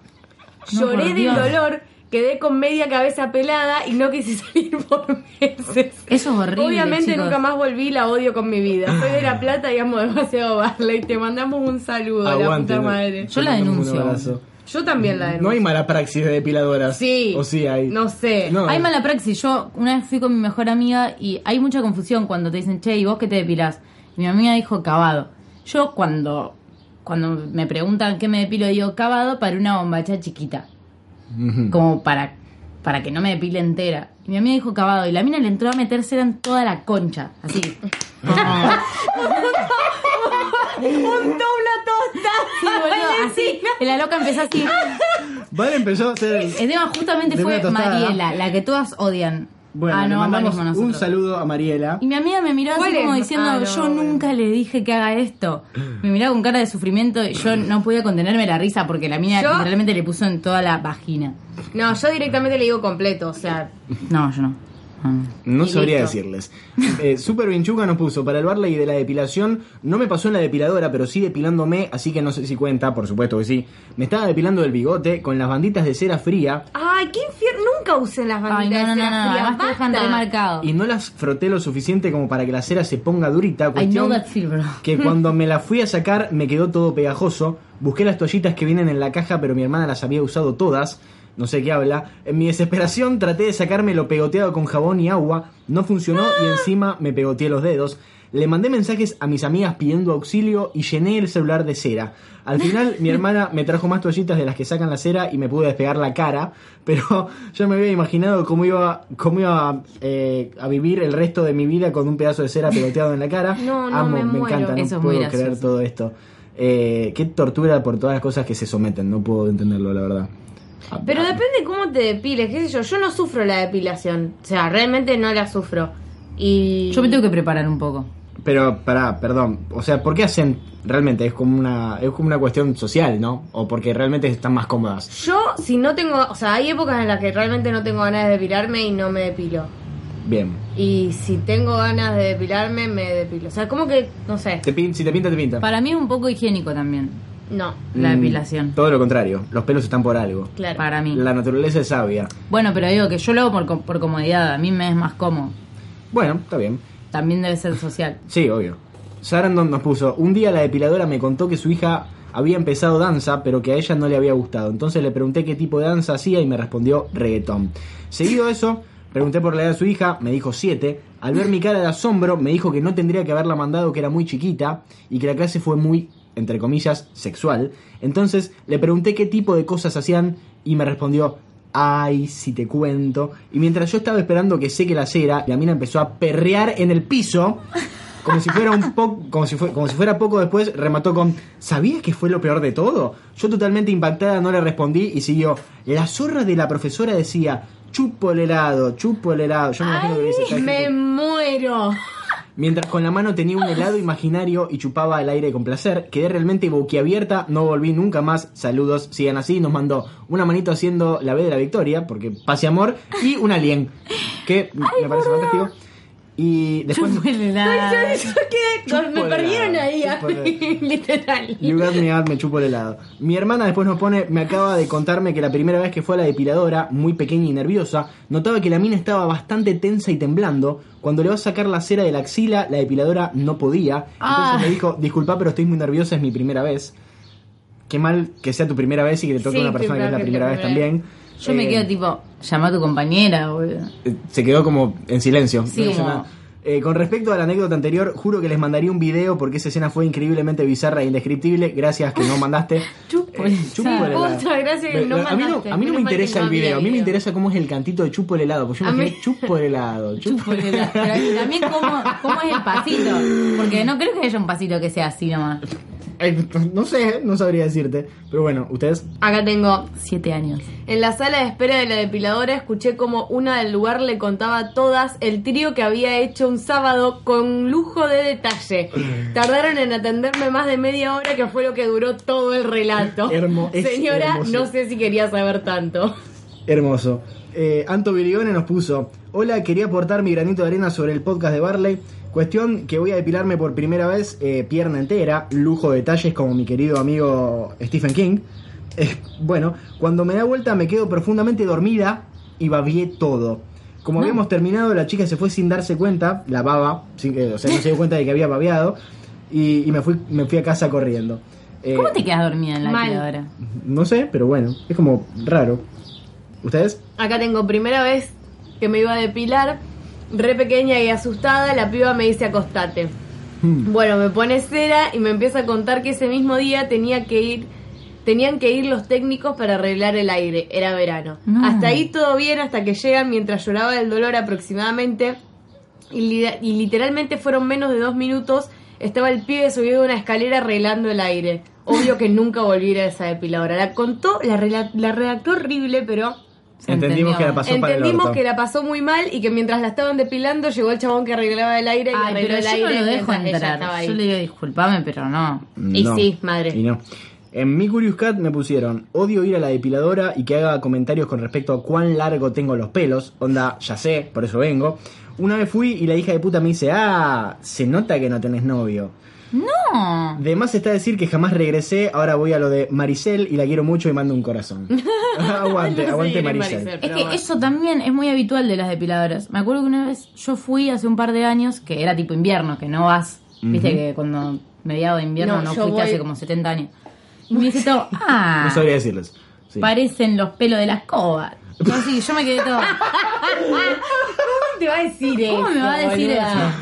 [SPEAKER 2] No,
[SPEAKER 1] Lloré
[SPEAKER 2] por
[SPEAKER 1] del
[SPEAKER 2] Dios.
[SPEAKER 1] dolor, quedé con media cabeza pelada y no quise salir por meses.
[SPEAKER 2] Eso es horrible.
[SPEAKER 1] Obviamente
[SPEAKER 2] chicos.
[SPEAKER 1] nunca más volví, la odio con mi vida. Soy de
[SPEAKER 3] Ah.
[SPEAKER 1] La Plata y amo demasiado Barley. Te mandamos un saludo,
[SPEAKER 3] Aguante,
[SPEAKER 1] la
[SPEAKER 3] no.
[SPEAKER 1] puta madre.
[SPEAKER 2] Yo la
[SPEAKER 3] Te mando un
[SPEAKER 2] denuncio.
[SPEAKER 3] abrazo.
[SPEAKER 1] Yo también la denuncio.
[SPEAKER 3] No hay mala praxis de depiladoras.
[SPEAKER 1] Sí.
[SPEAKER 3] O sí hay.
[SPEAKER 1] No sé.
[SPEAKER 3] No.
[SPEAKER 2] Hay mala praxis. Yo una vez fui con mi mejor amiga y hay mucha confusión cuando te dicen, che, ¿y vos qué te depilás? Y mi amiga dijo, cavado. Yo cuando, cuando me preguntan qué me depilo, digo, cavado para una bombacha chiquita.
[SPEAKER 3] Ujú.
[SPEAKER 2] Como para, para que no me depile entera. Y mi amiga dijo, cavado. Y la mina le entró a meterse en toda la concha. Así.
[SPEAKER 3] Ah.
[SPEAKER 1] Un dobla tosta.
[SPEAKER 2] Sí, boludo, así. Y la loca empezó así.
[SPEAKER 3] Vale, empezó a hacer.
[SPEAKER 2] El tema justamente
[SPEAKER 3] De
[SPEAKER 2] fue
[SPEAKER 3] una tostada.
[SPEAKER 2] Mariela, la que todas odian.
[SPEAKER 3] Bueno,
[SPEAKER 2] Ah,
[SPEAKER 3] le
[SPEAKER 2] no,
[SPEAKER 3] mandamos
[SPEAKER 2] amarismo
[SPEAKER 3] un
[SPEAKER 2] nosotros.
[SPEAKER 3] saludo a Mariela.
[SPEAKER 2] Y mi amiga me miró
[SPEAKER 1] ¿Cuál
[SPEAKER 2] así
[SPEAKER 1] es?
[SPEAKER 2] como diciendo,
[SPEAKER 1] Ah, no,
[SPEAKER 2] yo
[SPEAKER 1] bueno.
[SPEAKER 2] nunca le dije que haga esto. Me miraba con cara de sufrimiento y yo no podía contenerme la risa porque la mina
[SPEAKER 1] ¿Yo?
[SPEAKER 2] realmente le puso en toda la vagina.
[SPEAKER 1] No, yo directamente le digo completo, o sea.
[SPEAKER 2] No, yo no. No, no.
[SPEAKER 3] No
[SPEAKER 1] Y
[SPEAKER 3] sabría
[SPEAKER 1] listo.
[SPEAKER 3] decirles. Eh, Super Vinchuga nos puso para el Barley de la depilación. No me pasó en la depiladora, pero sí depilándome, así que no sé si cuenta, por supuesto que sí. Me estaba depilando el bigote con las banditas de cera fría
[SPEAKER 1] Ay, qué infierno. Nunca usen las
[SPEAKER 2] Ay,
[SPEAKER 1] banditas
[SPEAKER 2] no, no,
[SPEAKER 1] de
[SPEAKER 2] no,
[SPEAKER 1] cera
[SPEAKER 2] no,
[SPEAKER 1] fría.
[SPEAKER 2] Además te dejan
[SPEAKER 1] Basta.
[SPEAKER 2] remarcado.
[SPEAKER 3] y no las froté lo suficiente como para que la cera se ponga
[SPEAKER 2] I
[SPEAKER 3] durita.
[SPEAKER 2] know
[SPEAKER 3] Cuestión
[SPEAKER 2] that feel, bro.
[SPEAKER 3] que cuando me la fui a sacar me quedó todo pegajoso. Busqué las toallitas que vienen en la caja, pero mi hermana las había usado todas. No sé qué habla. En mi desesperación traté de sacarme lo pegoteado con jabón y agua. No funcionó y encima me pegoteé los dedos. Le mandé mensajes a mis amigas pidiendo auxilio y llené el celular de cera. Al final mi hermana me trajo más toallitas de las que sacan la cera y me pude despegar la cara, pero yo me había imaginado cómo iba, cómo iba a, eh, a vivir el resto de mi vida con un pedazo de cera pegoteado en la cara.
[SPEAKER 1] No, no,
[SPEAKER 3] Amo,
[SPEAKER 1] me muero.
[SPEAKER 3] encanta, no
[SPEAKER 2] Eso es muy
[SPEAKER 3] puedo
[SPEAKER 2] gracioso.
[SPEAKER 3] creer todo esto. Eh, qué tortura por todas las cosas que se someten, no puedo entenderlo, la verdad. Ah,
[SPEAKER 1] Pero
[SPEAKER 3] ah,
[SPEAKER 1] depende cómo te depiles, qué sé yo. Yo no sufro la depilación. O sea, realmente no la sufro. Y.
[SPEAKER 2] Yo me tengo que preparar un poco.
[SPEAKER 3] Pero, pará, perdón. O sea, ¿por qué hacen realmente? Es como una es como una cuestión social, ¿no? O porque realmente están más cómodas.
[SPEAKER 1] Yo, si no tengo. O sea, hay épocas en las que realmente no tengo ganas de depilarme y no me depilo.
[SPEAKER 3] Bien.
[SPEAKER 1] Y si tengo ganas de depilarme, me depilo. O sea, como que, no sé.
[SPEAKER 3] Te pin- si te pinta, te pinta.
[SPEAKER 2] Para mí es un poco higiénico también.
[SPEAKER 1] No,
[SPEAKER 2] La
[SPEAKER 3] Mm,
[SPEAKER 2] depilación.
[SPEAKER 3] Todo lo contrario, los pelos están por algo.
[SPEAKER 1] claro.
[SPEAKER 2] Para mí.
[SPEAKER 3] La naturaleza es sabia.
[SPEAKER 2] Bueno, pero digo que yo lo hago por, com- por comodidad, a mí me es más cómodo.
[SPEAKER 3] Bueno, está bien.
[SPEAKER 2] También debe ser social.
[SPEAKER 3] Sí, obvio. Sarandon nos puso, un día la depiladora me contó que su hija había empezado danza, pero que a ella no le había gustado. Entonces le pregunté qué tipo de danza hacía y me respondió reggaetón. Seguido de eso, pregunté por la edad de su hija, me dijo 7. Al ver mi cara de asombro, me dijo que no tendría que haberla mandado, que era muy chiquita y que la clase fue muy, entre comillas, sexual. Entonces le pregunté qué tipo de cosas hacían y me respondió Ay, si te cuento. Y mientras yo estaba esperando que seque la cera, la mina empezó a perrear en el piso. Como si fuera un poco, como si fue, como si fuera poco después, remató con ¿Sabías que fue lo peor de todo? Yo totalmente impactada no le respondí y siguió. La zorra de la profesora decía, chupo el helado, chupo el helado. Yo me imagino que hubiese estado
[SPEAKER 1] Me
[SPEAKER 3] escrito-
[SPEAKER 1] muero.
[SPEAKER 3] Mientras con la mano tenía un helado imaginario y chupaba el aire con placer, quedé realmente boquiabierta, no volví nunca más. Saludos, sigan así. Nos mandó una manito haciendo la B de la victoria, porque pase amor, y un alien, que me parece fantástico. Y después.
[SPEAKER 2] Helada.
[SPEAKER 1] Yo quedé-
[SPEAKER 3] Chupo
[SPEAKER 1] me
[SPEAKER 3] de
[SPEAKER 1] perdieron
[SPEAKER 3] la-
[SPEAKER 1] ahí, a
[SPEAKER 3] chupo de-
[SPEAKER 1] mí, literal.
[SPEAKER 3] You got me out, me chupo el helado. Mi hermana después nos pone, me acaba de contarme que la primera vez que fue a la depiladora, muy pequeña y nerviosa, notaba que la mina estaba bastante tensa y temblando. Cuando le va a sacar la cera de la axila, la depiladora no podía. Entonces
[SPEAKER 2] Ah.
[SPEAKER 3] me dijo, disculpa, pero estoy muy nerviosa, es mi primera vez. Qué mal que sea tu primera vez y que te toque
[SPEAKER 1] Sí,
[SPEAKER 3] una persona que es la primera vez también.
[SPEAKER 2] Yo me
[SPEAKER 3] Eh,
[SPEAKER 2] quedo tipo, llama a tu compañera, boludo.
[SPEAKER 3] eh, se quedó como en silencio.
[SPEAKER 2] Sí,
[SPEAKER 3] No hizo
[SPEAKER 2] como-
[SPEAKER 3] nada. Eh, con respecto a la anécdota anterior, juro que les mandaría un video porque esa escena fue increíblemente bizarra e indescriptible. Gracias que no mandaste.
[SPEAKER 1] Chupo.
[SPEAKER 3] Eh, chupo el helado.
[SPEAKER 1] Pues, Posta, gracias que
[SPEAKER 3] Ve-
[SPEAKER 1] no
[SPEAKER 3] a mí
[SPEAKER 1] mandaste.
[SPEAKER 3] A mí
[SPEAKER 1] Menos
[SPEAKER 3] no me
[SPEAKER 1] mal que
[SPEAKER 3] interesa
[SPEAKER 1] no
[SPEAKER 3] el
[SPEAKER 1] había
[SPEAKER 3] video, a mí me
[SPEAKER 1] video.
[SPEAKER 3] interesa cómo es el cantito de chupo el helado. Porque yo
[SPEAKER 1] A
[SPEAKER 3] me
[SPEAKER 1] mí-
[SPEAKER 3] imaginé chupo el helado. chupo
[SPEAKER 2] Chupo el helado. Pero aquí también cómo, cómo es el pasito. Porque no creo que haya un pasito que sea así nomás.
[SPEAKER 3] Eh, No sé, no sabría decirte. Pero bueno, ustedes.
[SPEAKER 1] Acá tengo.
[SPEAKER 2] Siete años.
[SPEAKER 1] En la sala de espera de la depiladora escuché como una del lugar le contaba a todas el trío que había hecho un sábado con lujo de detalle. Tardaron en atenderme más de media hora que fue lo que duró todo el relato.
[SPEAKER 3] Hermo- es
[SPEAKER 1] Señora,
[SPEAKER 3] hermoso.
[SPEAKER 1] no sé si quería saber tanto.
[SPEAKER 3] Hermoso. Eh, Anto Virigone nos puso: Hola, quería aportar mi granito de arena sobre el podcast de Barley. Cuestión que voy a depilarme por primera vez, eh, pierna entera, lujo de detalles como mi querido amigo Stephen King. Eh, bueno, cuando me da vuelta me quedo profundamente dormida y babié todo.
[SPEAKER 2] Ah.
[SPEAKER 3] Como habíamos terminado, la chica se fue sin darse cuenta, la baba, sin- eh, o sea, no se dio cuenta de que había babeado, y, y me, fui, me fui a casa corriendo. Eh,
[SPEAKER 2] ¿Cómo te quedas dormida en la
[SPEAKER 1] Mal.
[SPEAKER 2] depiladora?
[SPEAKER 3] No sé, pero bueno, es como raro. ¿Ustedes?
[SPEAKER 1] Acá tengo primera vez que me iba a depilar, re pequeña y asustada, la piba me dice acostate.
[SPEAKER 3] Hmm.
[SPEAKER 1] Bueno, me pone cera y me empieza a contar que ese mismo día tenía que ir, tenían que ir los técnicos para arreglar el aire, era verano.
[SPEAKER 2] No.
[SPEAKER 1] Hasta ahí todo bien hasta que llegan mientras lloraba el dolor aproximadamente y, li- y literalmente fueron menos de dos minutos, estaba el pibe subido a una escalera arreglando el aire. Obvio que nunca volví a ir a esa depiladora. La contó, la, rela- la redactó horrible, pero
[SPEAKER 2] Se
[SPEAKER 3] Entendimos
[SPEAKER 2] entendió.
[SPEAKER 3] que la pasó para el
[SPEAKER 1] Entendimos
[SPEAKER 3] orto.
[SPEAKER 1] que la pasó muy mal y que mientras la estaban depilando llegó el chabón que arreglaba el aire y
[SPEAKER 2] Ay,
[SPEAKER 1] arregló
[SPEAKER 2] pero
[SPEAKER 1] el
[SPEAKER 2] yo
[SPEAKER 1] aire
[SPEAKER 2] no lo dejo
[SPEAKER 1] mientras ella estaba
[SPEAKER 2] entrar.
[SPEAKER 1] ahí.
[SPEAKER 2] Yo le digo, disculpame, pero no.
[SPEAKER 1] Y sí, madre.
[SPEAKER 3] Y no. En mi Curious Cat me pusieron, odio ir a la depiladora y que haga comentarios con respecto a cuán largo tengo los pelos. Onda, ya sé, por eso vengo. Una vez fui y la hija de puta me dice, ah, se nota que no tenés novio.
[SPEAKER 2] No.
[SPEAKER 3] De más está decir que jamás regresé, ahora voy a lo de Maricel y la quiero mucho y mando un corazón. aguante,
[SPEAKER 1] No sé
[SPEAKER 3] aguante
[SPEAKER 1] quién es
[SPEAKER 3] Maricel.
[SPEAKER 1] Maricel.
[SPEAKER 2] Es
[SPEAKER 1] Pero
[SPEAKER 2] que
[SPEAKER 1] bueno.
[SPEAKER 2] eso también es muy habitual de las depiladoras. Me acuerdo que una vez yo fui hace un par de años, que era tipo invierno, que no vas. Viste que cuando mediado de invierno
[SPEAKER 1] No,
[SPEAKER 2] no,
[SPEAKER 1] yo voy-
[SPEAKER 2] fuiste hace como 70 años. Y me dice todo, ah,
[SPEAKER 3] No sabría decirles. Sí.
[SPEAKER 2] parecen los pelos de la escoba. Yo así, yo me quedé todo,
[SPEAKER 1] ¿Cómo te va a decir eso?
[SPEAKER 2] ¿cómo me va a decir
[SPEAKER 1] boluda?
[SPEAKER 2] eso?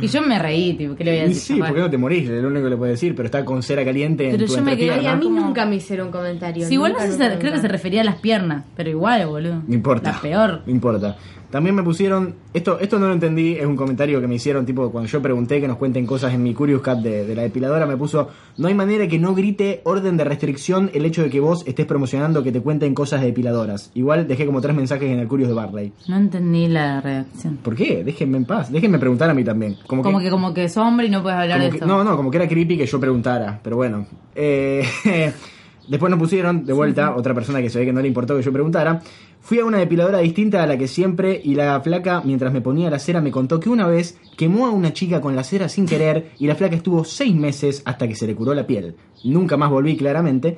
[SPEAKER 2] Y yo me reí, tipo, ¿qué le voy a
[SPEAKER 3] Y
[SPEAKER 2] decir?
[SPEAKER 3] sí, porque no te morís, es lo único que le puedes decir, pero está con cera caliente en
[SPEAKER 2] Pero
[SPEAKER 3] tu
[SPEAKER 2] yo me quedé
[SPEAKER 1] Ay, a
[SPEAKER 3] entrepierna.
[SPEAKER 1] mí
[SPEAKER 2] Como-
[SPEAKER 1] nunca me hicieron comentario.
[SPEAKER 2] Sí, igual no
[SPEAKER 1] nunca
[SPEAKER 2] sé si
[SPEAKER 1] me
[SPEAKER 2] se- creo que se
[SPEAKER 1] preguntaron.
[SPEAKER 2] refería a las piernas, pero igual, boludo.
[SPEAKER 3] No importa.
[SPEAKER 2] La peor.
[SPEAKER 3] No importa. También me pusieron, esto, esto no lo entendí, es un comentario que me hicieron, tipo, cuando yo pregunté que nos cuenten cosas en mi Curious Cat de, de la depiladora, me puso, no hay manera que no grite orden de restricción el hecho de que vos estés promocionando que te cuenten cosas de depiladoras. Igual dejé como tres mensajes en el Curious de Barley.
[SPEAKER 2] No entendí la reacción.
[SPEAKER 3] ¿Por qué? Déjenme en paz, déjenme preguntar a mí también. Como,
[SPEAKER 2] Como que, como que es hombre y no puedes hablar
[SPEAKER 3] como
[SPEAKER 2] de
[SPEAKER 3] que-
[SPEAKER 2] eso.
[SPEAKER 3] no, no, como que era creepy que yo preguntara, pero bueno. Eh, Después nos pusieron, de vuelta, otra persona que se ve que no le importó que yo preguntara. Fui a una depiladora distinta a la que siempre y la flaca, mientras me ponía la cera, me contó que una vez quemó a una chica con la cera sin querer y la flaca estuvo seis meses hasta que se le curó la piel. Nunca más volví, claramente.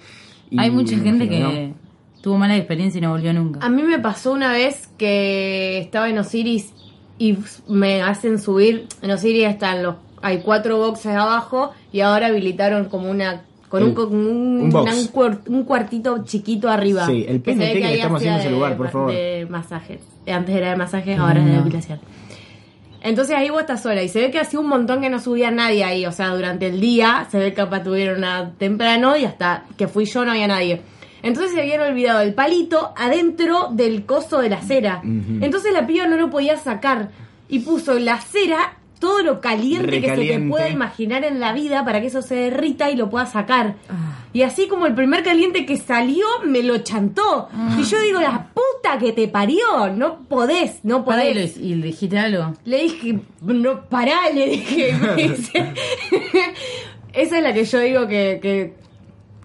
[SPEAKER 3] Y
[SPEAKER 2] Hay mucha
[SPEAKER 3] me
[SPEAKER 2] gente que
[SPEAKER 3] imagino, ¿no?
[SPEAKER 2] tuvo mala experiencia y no volvió nunca.
[SPEAKER 1] A mí me pasó una vez que estaba en Osiris y me hacen subir. En Osiris están los. Hay cuatro boxes abajo y ahora habilitaron como una. Con
[SPEAKER 3] El-
[SPEAKER 1] un, co- un,
[SPEAKER 3] un box.
[SPEAKER 1] un cuar- un cuartito chiquito arriba.
[SPEAKER 3] Sí, el
[SPEAKER 1] se ve
[SPEAKER 3] PNT que
[SPEAKER 1] ahí
[SPEAKER 3] estamos
[SPEAKER 1] hacía
[SPEAKER 3] haciendo ese
[SPEAKER 1] de-
[SPEAKER 3] lugar, por favor.
[SPEAKER 1] De masajes. Antes era de masajes, ahora es de
[SPEAKER 2] No.
[SPEAKER 1] depilación. Entonces ahí vos estás sola y se ve que hacía un montón que no subía nadie ahí, o sea, durante el día se ve que capaz tuvieron una temprano y hasta que fui yo no había nadie. Entonces se habían olvidado el palito adentro del coso de la cera.
[SPEAKER 3] Ujú.
[SPEAKER 1] Entonces la piba no lo podía sacar y puso la cera todo lo caliente que se te
[SPEAKER 3] Recaliente.
[SPEAKER 1] pueda imaginar en la vida para que eso se derrita y lo pueda sacar.
[SPEAKER 2] Ah.
[SPEAKER 1] Y así como el primer caliente que salió me lo chantó.
[SPEAKER 2] Ah.
[SPEAKER 1] Y yo digo, la puta que te parió, no podés, no
[SPEAKER 2] Pará, ¿y
[SPEAKER 1] podés.
[SPEAKER 2] lo- ¿Y le dijiste algo?
[SPEAKER 1] Le dije, no, pará, le dije. me dice. Esa es la que yo digo que, que,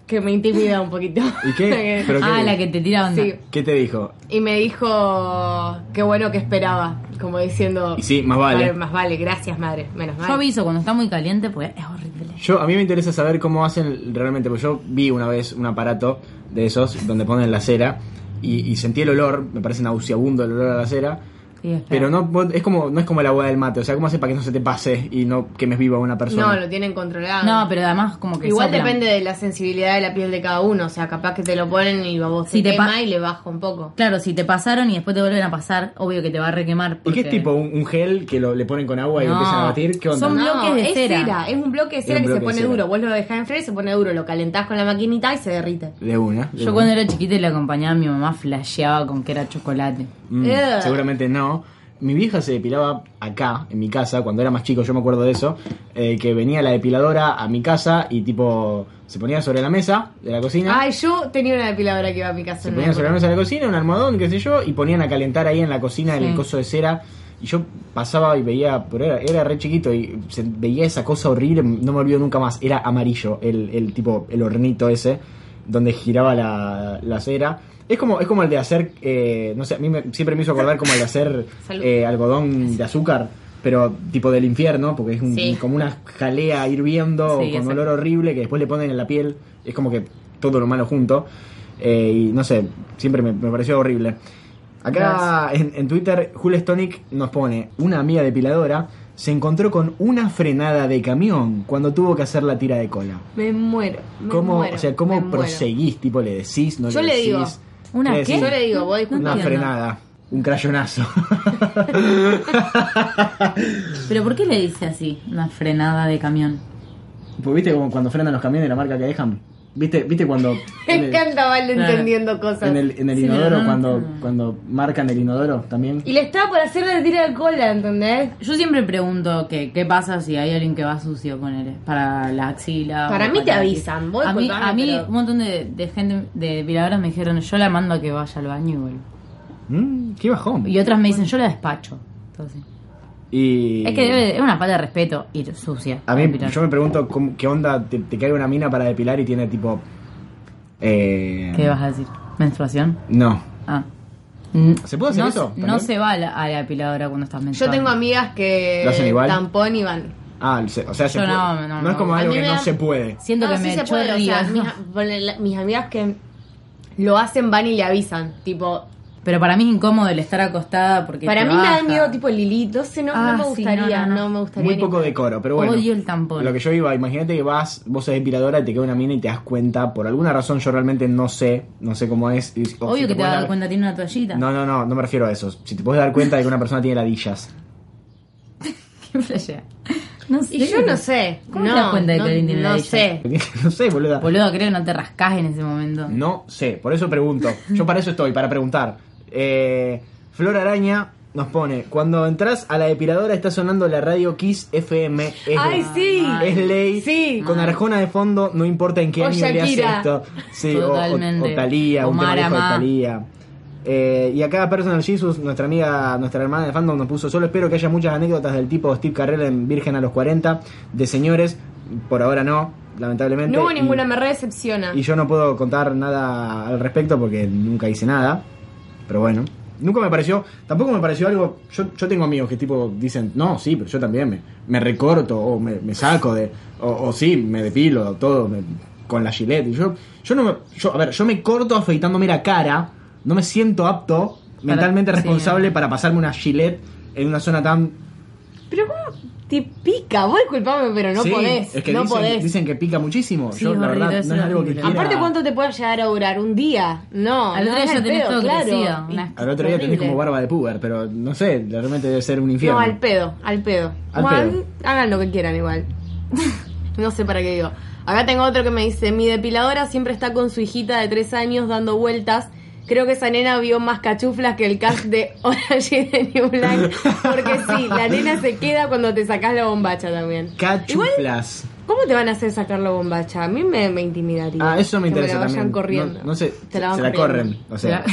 [SPEAKER 1] que me intimida un poquito.
[SPEAKER 3] ¿Y qué? ¿Pero qué?
[SPEAKER 2] Ah, la que te tira onda.
[SPEAKER 1] Sí.
[SPEAKER 3] ¿Qué te dijo?
[SPEAKER 1] Y me dijo, qué bueno que esperaba, como diciendo...
[SPEAKER 3] Y sí, más vale.
[SPEAKER 1] "Madre, más vale, gracias madre, menos mal.
[SPEAKER 2] Yo aviso cuando está muy caliente, pues es horrible.
[SPEAKER 3] Yo, a mí me interesa saber cómo hacen realmente, porque yo vi una vez un aparato de esos donde ponen la cera y, y sentí el olor, me parece nauseabundo el olor a la cera,
[SPEAKER 2] Sí, es feo.
[SPEAKER 3] pero no vos- es como no es como el agua del mate, o sea, ¿cómo hace para que no se te pase y no quemes viva a una
[SPEAKER 1] no,
[SPEAKER 3] persona?
[SPEAKER 1] lo tienen controlado.
[SPEAKER 2] No, pero además como que
[SPEAKER 1] Igual
[SPEAKER 2] soplan.
[SPEAKER 1] depende de la sensibilidad de la piel de cada uno, o sea, capaz que te lo ponen y a vos
[SPEAKER 2] Si
[SPEAKER 1] te
[SPEAKER 2] te
[SPEAKER 1] quema
[SPEAKER 2] pa-
[SPEAKER 1] y le baja un poco.
[SPEAKER 2] Claro, si te pasaron y después te vuelven a pasar, obvio que te va a requemar.
[SPEAKER 3] ¿Y qué
[SPEAKER 2] porque-
[SPEAKER 3] es tipo? ¿Un, un gel que lo, le ponen con agua y
[SPEAKER 2] No.
[SPEAKER 3] empiezan a batir? ¿Qué onda?
[SPEAKER 2] Son bloques de
[SPEAKER 1] es
[SPEAKER 2] cera.
[SPEAKER 1] Es un bloque de
[SPEAKER 3] Es
[SPEAKER 1] cera
[SPEAKER 3] un
[SPEAKER 1] que se
[SPEAKER 3] bloque de
[SPEAKER 1] pone
[SPEAKER 3] cera.
[SPEAKER 1] duro. Vos lo dejás en frío y se pone duro. Lo calentás con la maquinita y se derrite.
[SPEAKER 3] De una. de
[SPEAKER 2] Yo
[SPEAKER 3] una.
[SPEAKER 2] cuando era chiquita y la acompañaba, mi mamá flasheaba con que era chocolate.
[SPEAKER 3] Mm,
[SPEAKER 1] Ugh.
[SPEAKER 3] seguramente no. Mi vieja se depilaba acá, en mi casa, cuando era más chico, yo me acuerdo de eso, eh, que venía la depiladora a mi casa y tipo se ponía sobre la mesa de la
[SPEAKER 2] Ah,
[SPEAKER 3] cocina.
[SPEAKER 1] Ay, yo tenía una depiladora que iba a mi casa.
[SPEAKER 3] se
[SPEAKER 1] en
[SPEAKER 3] ponían
[SPEAKER 1] una
[SPEAKER 3] sobre la
[SPEAKER 1] época.
[SPEAKER 3] mesa de la cocina, un almohadón, qué sé yo, y ponían a calentar ahí en la cocina
[SPEAKER 2] Sí.
[SPEAKER 3] el coso de cera. Y yo pasaba y veía, pero era, era re chiquito y se- veía esa cosa horrible, no me olvido nunca más, era amarillo, el, el tipo, el hornito ese, donde giraba la, la cera. Es como, es como el de hacer, eh, no sé, a mí me- siempre me hizo acordar como el de hacer
[SPEAKER 1] Salud.
[SPEAKER 3] eh, algodón de azúcar, pero tipo del infierno, porque es un-
[SPEAKER 1] Sí.
[SPEAKER 3] como una jalea hirviendo,
[SPEAKER 2] Sí,
[SPEAKER 3] con
[SPEAKER 2] exacto.
[SPEAKER 3] olor horrible que después le ponen en la piel. Es como que todo lo malo junto. Eh, y no sé, siempre me, me pareció horrible. Acá en, en Twitter, Jules Tonic nos pone: Una amiga depiladora se encontró con una frenada de camión cuando tuvo que hacer la tira de cola.
[SPEAKER 1] Me muero. Me
[SPEAKER 3] ¿Cómo,
[SPEAKER 1] muero,
[SPEAKER 3] o sea,
[SPEAKER 1] me
[SPEAKER 3] ¿cómo
[SPEAKER 1] muero.
[SPEAKER 3] proseguís? Tipo, ¿le decís? ¿No
[SPEAKER 1] Yo le
[SPEAKER 3] decís?
[SPEAKER 1] digo.
[SPEAKER 2] ¿Una
[SPEAKER 3] ¿Le
[SPEAKER 2] qué?
[SPEAKER 3] decís?
[SPEAKER 1] Yo le digo, vos
[SPEAKER 2] No
[SPEAKER 3] Una
[SPEAKER 1] discutís.
[SPEAKER 2] entiendo.
[SPEAKER 3] frenada, un crayonazo.
[SPEAKER 2] ¿Pero por qué le dice así? Una frenada de camión.
[SPEAKER 3] Pues viste como cuando frenan los camiones la marca que dejan. ¿Viste, viste cuando en
[SPEAKER 1] Me
[SPEAKER 3] el,
[SPEAKER 1] encanta Vale
[SPEAKER 2] Claro.
[SPEAKER 1] entendiendo cosas.
[SPEAKER 3] en el- en el
[SPEAKER 2] Sí, Ah.
[SPEAKER 3] inodoro,
[SPEAKER 2] no, no,
[SPEAKER 3] cuando,
[SPEAKER 2] no.
[SPEAKER 3] cuando marcan el inodoro también?
[SPEAKER 1] Y le estaba por hacerle el tiro de cola, ¿entendés?
[SPEAKER 2] Yo siempre pregunto que qué pasa si hay alguien que va sucio, ponele, para la axila.
[SPEAKER 1] Para
[SPEAKER 2] o
[SPEAKER 1] mí te
[SPEAKER 2] la-
[SPEAKER 1] avisan, vos
[SPEAKER 2] a mí,
[SPEAKER 1] disculpame,
[SPEAKER 2] a mí
[SPEAKER 1] pero-
[SPEAKER 2] un montón de, de gente de depiladoras me dijeron, yo la mando a que vaya al baño y vuelvo.
[SPEAKER 3] Mm, qué bajón.
[SPEAKER 2] Y otras me dicen, yo la despacho. Entonces,
[SPEAKER 3] Y
[SPEAKER 2] Es que debe- es una falta de respeto ir sucia.
[SPEAKER 3] a mí
[SPEAKER 2] depilar.
[SPEAKER 3] yo me pregunto cómo- qué onda te, te cae una mina para depilar y tiene tipo eh,
[SPEAKER 2] ¿Qué vas a decir? ¿Menstruación?
[SPEAKER 3] No.
[SPEAKER 2] Ah. Mm,
[SPEAKER 3] ¿Se puede hacer
[SPEAKER 2] no,
[SPEAKER 3] eso
[SPEAKER 2] No
[SPEAKER 3] también?
[SPEAKER 2] se va a la, a la depiladora cuando estás
[SPEAKER 1] Yo
[SPEAKER 2] menstruando.
[SPEAKER 1] tengo amigas que
[SPEAKER 3] ¿Lo hacen igual?
[SPEAKER 1] tampón y van.
[SPEAKER 3] Ah, se- o sea, se
[SPEAKER 2] Yo
[SPEAKER 3] puede.
[SPEAKER 2] no, no,
[SPEAKER 3] es
[SPEAKER 2] no.
[SPEAKER 3] como
[SPEAKER 2] A
[SPEAKER 3] algo
[SPEAKER 1] mí
[SPEAKER 3] que
[SPEAKER 1] me
[SPEAKER 3] no
[SPEAKER 1] da-
[SPEAKER 3] se puede.
[SPEAKER 2] Siento
[SPEAKER 1] No,
[SPEAKER 2] que
[SPEAKER 1] sí
[SPEAKER 2] me
[SPEAKER 1] se puede, o sea,
[SPEAKER 2] chorría.
[SPEAKER 1] mis, ponele, la- mis amigas que lo hacen van y le avisan. Tipo,
[SPEAKER 2] Pero para mí es incómodo el estar acostada porque
[SPEAKER 1] para
[SPEAKER 2] te
[SPEAKER 1] mí me
[SPEAKER 2] baja.
[SPEAKER 1] da miedo tipo Lilith, no sé, no, no
[SPEAKER 2] Ah,
[SPEAKER 1] me
[SPEAKER 2] sí,
[SPEAKER 1] gustaría, no,
[SPEAKER 2] no, no, no.
[SPEAKER 1] me gustaría.
[SPEAKER 3] Muy
[SPEAKER 1] ni-
[SPEAKER 3] poco decoro, pero bueno.
[SPEAKER 2] Odio el tampón.
[SPEAKER 3] Lo que yo iba, imagínate que vas, vos sos depiladora y te queda una mina y te das cuenta, por alguna razón yo realmente no sé, no sé cómo es. y- o si
[SPEAKER 2] Obvio que te
[SPEAKER 3] puedes
[SPEAKER 2] vas a dar
[SPEAKER 3] dar-
[SPEAKER 2] cuenta, tiene una toallita.
[SPEAKER 3] No, no, no, no me refiero a eso. Si te puedes dar cuenta de que una persona tiene ladillas.
[SPEAKER 2] ¿Qué flashea? No sé.
[SPEAKER 1] Y yo no sé,
[SPEAKER 2] ¿Cómo
[SPEAKER 1] no,
[SPEAKER 2] te das cuenta de
[SPEAKER 1] no,
[SPEAKER 2] que alguien tiene
[SPEAKER 1] no
[SPEAKER 2] ladilla?
[SPEAKER 1] sé.
[SPEAKER 3] no sé, boluda.
[SPEAKER 2] Boludo, creo que no te rascás en ese momento.
[SPEAKER 3] No sé, por eso pregunto. Yo para eso estoy, para preguntar. Eh, Flor Araña nos pone, cuando entras a la depiladora está sonando la radio Kiss FM. Es
[SPEAKER 1] Ay, sí.
[SPEAKER 3] Es ley.
[SPEAKER 1] Sí.
[SPEAKER 2] Ah.
[SPEAKER 3] Con Arjona de fondo, no importa en qué
[SPEAKER 1] O
[SPEAKER 3] año le hace
[SPEAKER 1] Shakira.
[SPEAKER 3] esto. Sí, o- o-
[SPEAKER 2] Totalmente.
[SPEAKER 3] O, Thalía, un
[SPEAKER 2] O
[SPEAKER 3] tema viejo de
[SPEAKER 2] Marama.
[SPEAKER 3] Thalía. Eh, y acá Personal Jesus, nuestra amiga, nuestra hermana de fandom nos puso, solo espero que haya muchas anécdotas del tipo Steve Carrell en Virgen a los 40, de señores, por ahora no, lamentablemente.
[SPEAKER 1] No hubo
[SPEAKER 3] y-
[SPEAKER 1] ninguna, me re decepciona.
[SPEAKER 3] Y yo no puedo contar nada al respecto porque nunca hice nada. Pero bueno. Nunca me pareció, tampoco me pareció algo. Yo, yo tengo amigos que tipo dicen, no, sí, pero yo también me, me recorto o me, me saco de. O, o sí, me depilo, todo, me- con la gilet. Y yo, yo no me. Yo, a ver, yo me corto afeitándome la cara. No me siento apto, mentalmente
[SPEAKER 2] sí.
[SPEAKER 3] responsable, para pasarme una gilet en una zona tan
[SPEAKER 1] Pero cómo te pica, vos disculpame, pero no
[SPEAKER 3] Sí,
[SPEAKER 1] podés.
[SPEAKER 3] Es que
[SPEAKER 1] no
[SPEAKER 3] dicen,
[SPEAKER 1] podés.
[SPEAKER 3] dicen que pica muchísimo.
[SPEAKER 2] Sí,
[SPEAKER 3] Yo,
[SPEAKER 2] es
[SPEAKER 3] la
[SPEAKER 2] horrible,
[SPEAKER 3] verdad,
[SPEAKER 2] es
[SPEAKER 3] no es algo que
[SPEAKER 2] horrible.
[SPEAKER 3] quiera.
[SPEAKER 1] Aparte, ¿cuánto te puede llegar a durar? ¿Un día? No.
[SPEAKER 2] Al
[SPEAKER 1] no,
[SPEAKER 2] otro día
[SPEAKER 1] es
[SPEAKER 2] ya
[SPEAKER 1] al
[SPEAKER 2] tenés
[SPEAKER 1] pedo,
[SPEAKER 2] todo
[SPEAKER 1] claro.
[SPEAKER 2] crecido,
[SPEAKER 1] Y-
[SPEAKER 2] una-
[SPEAKER 3] Al otro día tenés
[SPEAKER 1] horrible.
[SPEAKER 3] como barba de puber, pero no sé, realmente debe ser un infierno.
[SPEAKER 1] No, al pedo, al pedo.
[SPEAKER 3] Al
[SPEAKER 1] Juan,
[SPEAKER 3] pedo.
[SPEAKER 1] hagan lo que quieran igual. no sé para qué digo. Acá tengo otro que me dice, mi depiladora siempre está con su hijita de tres años dando vueltas. Creo que esa nena vio más cachuflas que el cast de Orange is the New Black. Porque sí, la nena se queda cuando te sacas la bombacha también. Igual,
[SPEAKER 3] Cachuflas.
[SPEAKER 1] ¿cómo te van a hacer sacar la bombacha? A mí me, me intimidaría.
[SPEAKER 3] Ah, eso me interesa
[SPEAKER 1] que me la vayan
[SPEAKER 3] también.
[SPEAKER 1] corriendo.
[SPEAKER 3] No, no sé,
[SPEAKER 1] Te la van
[SPEAKER 3] se la
[SPEAKER 1] corriendo.
[SPEAKER 3] corren. O sea,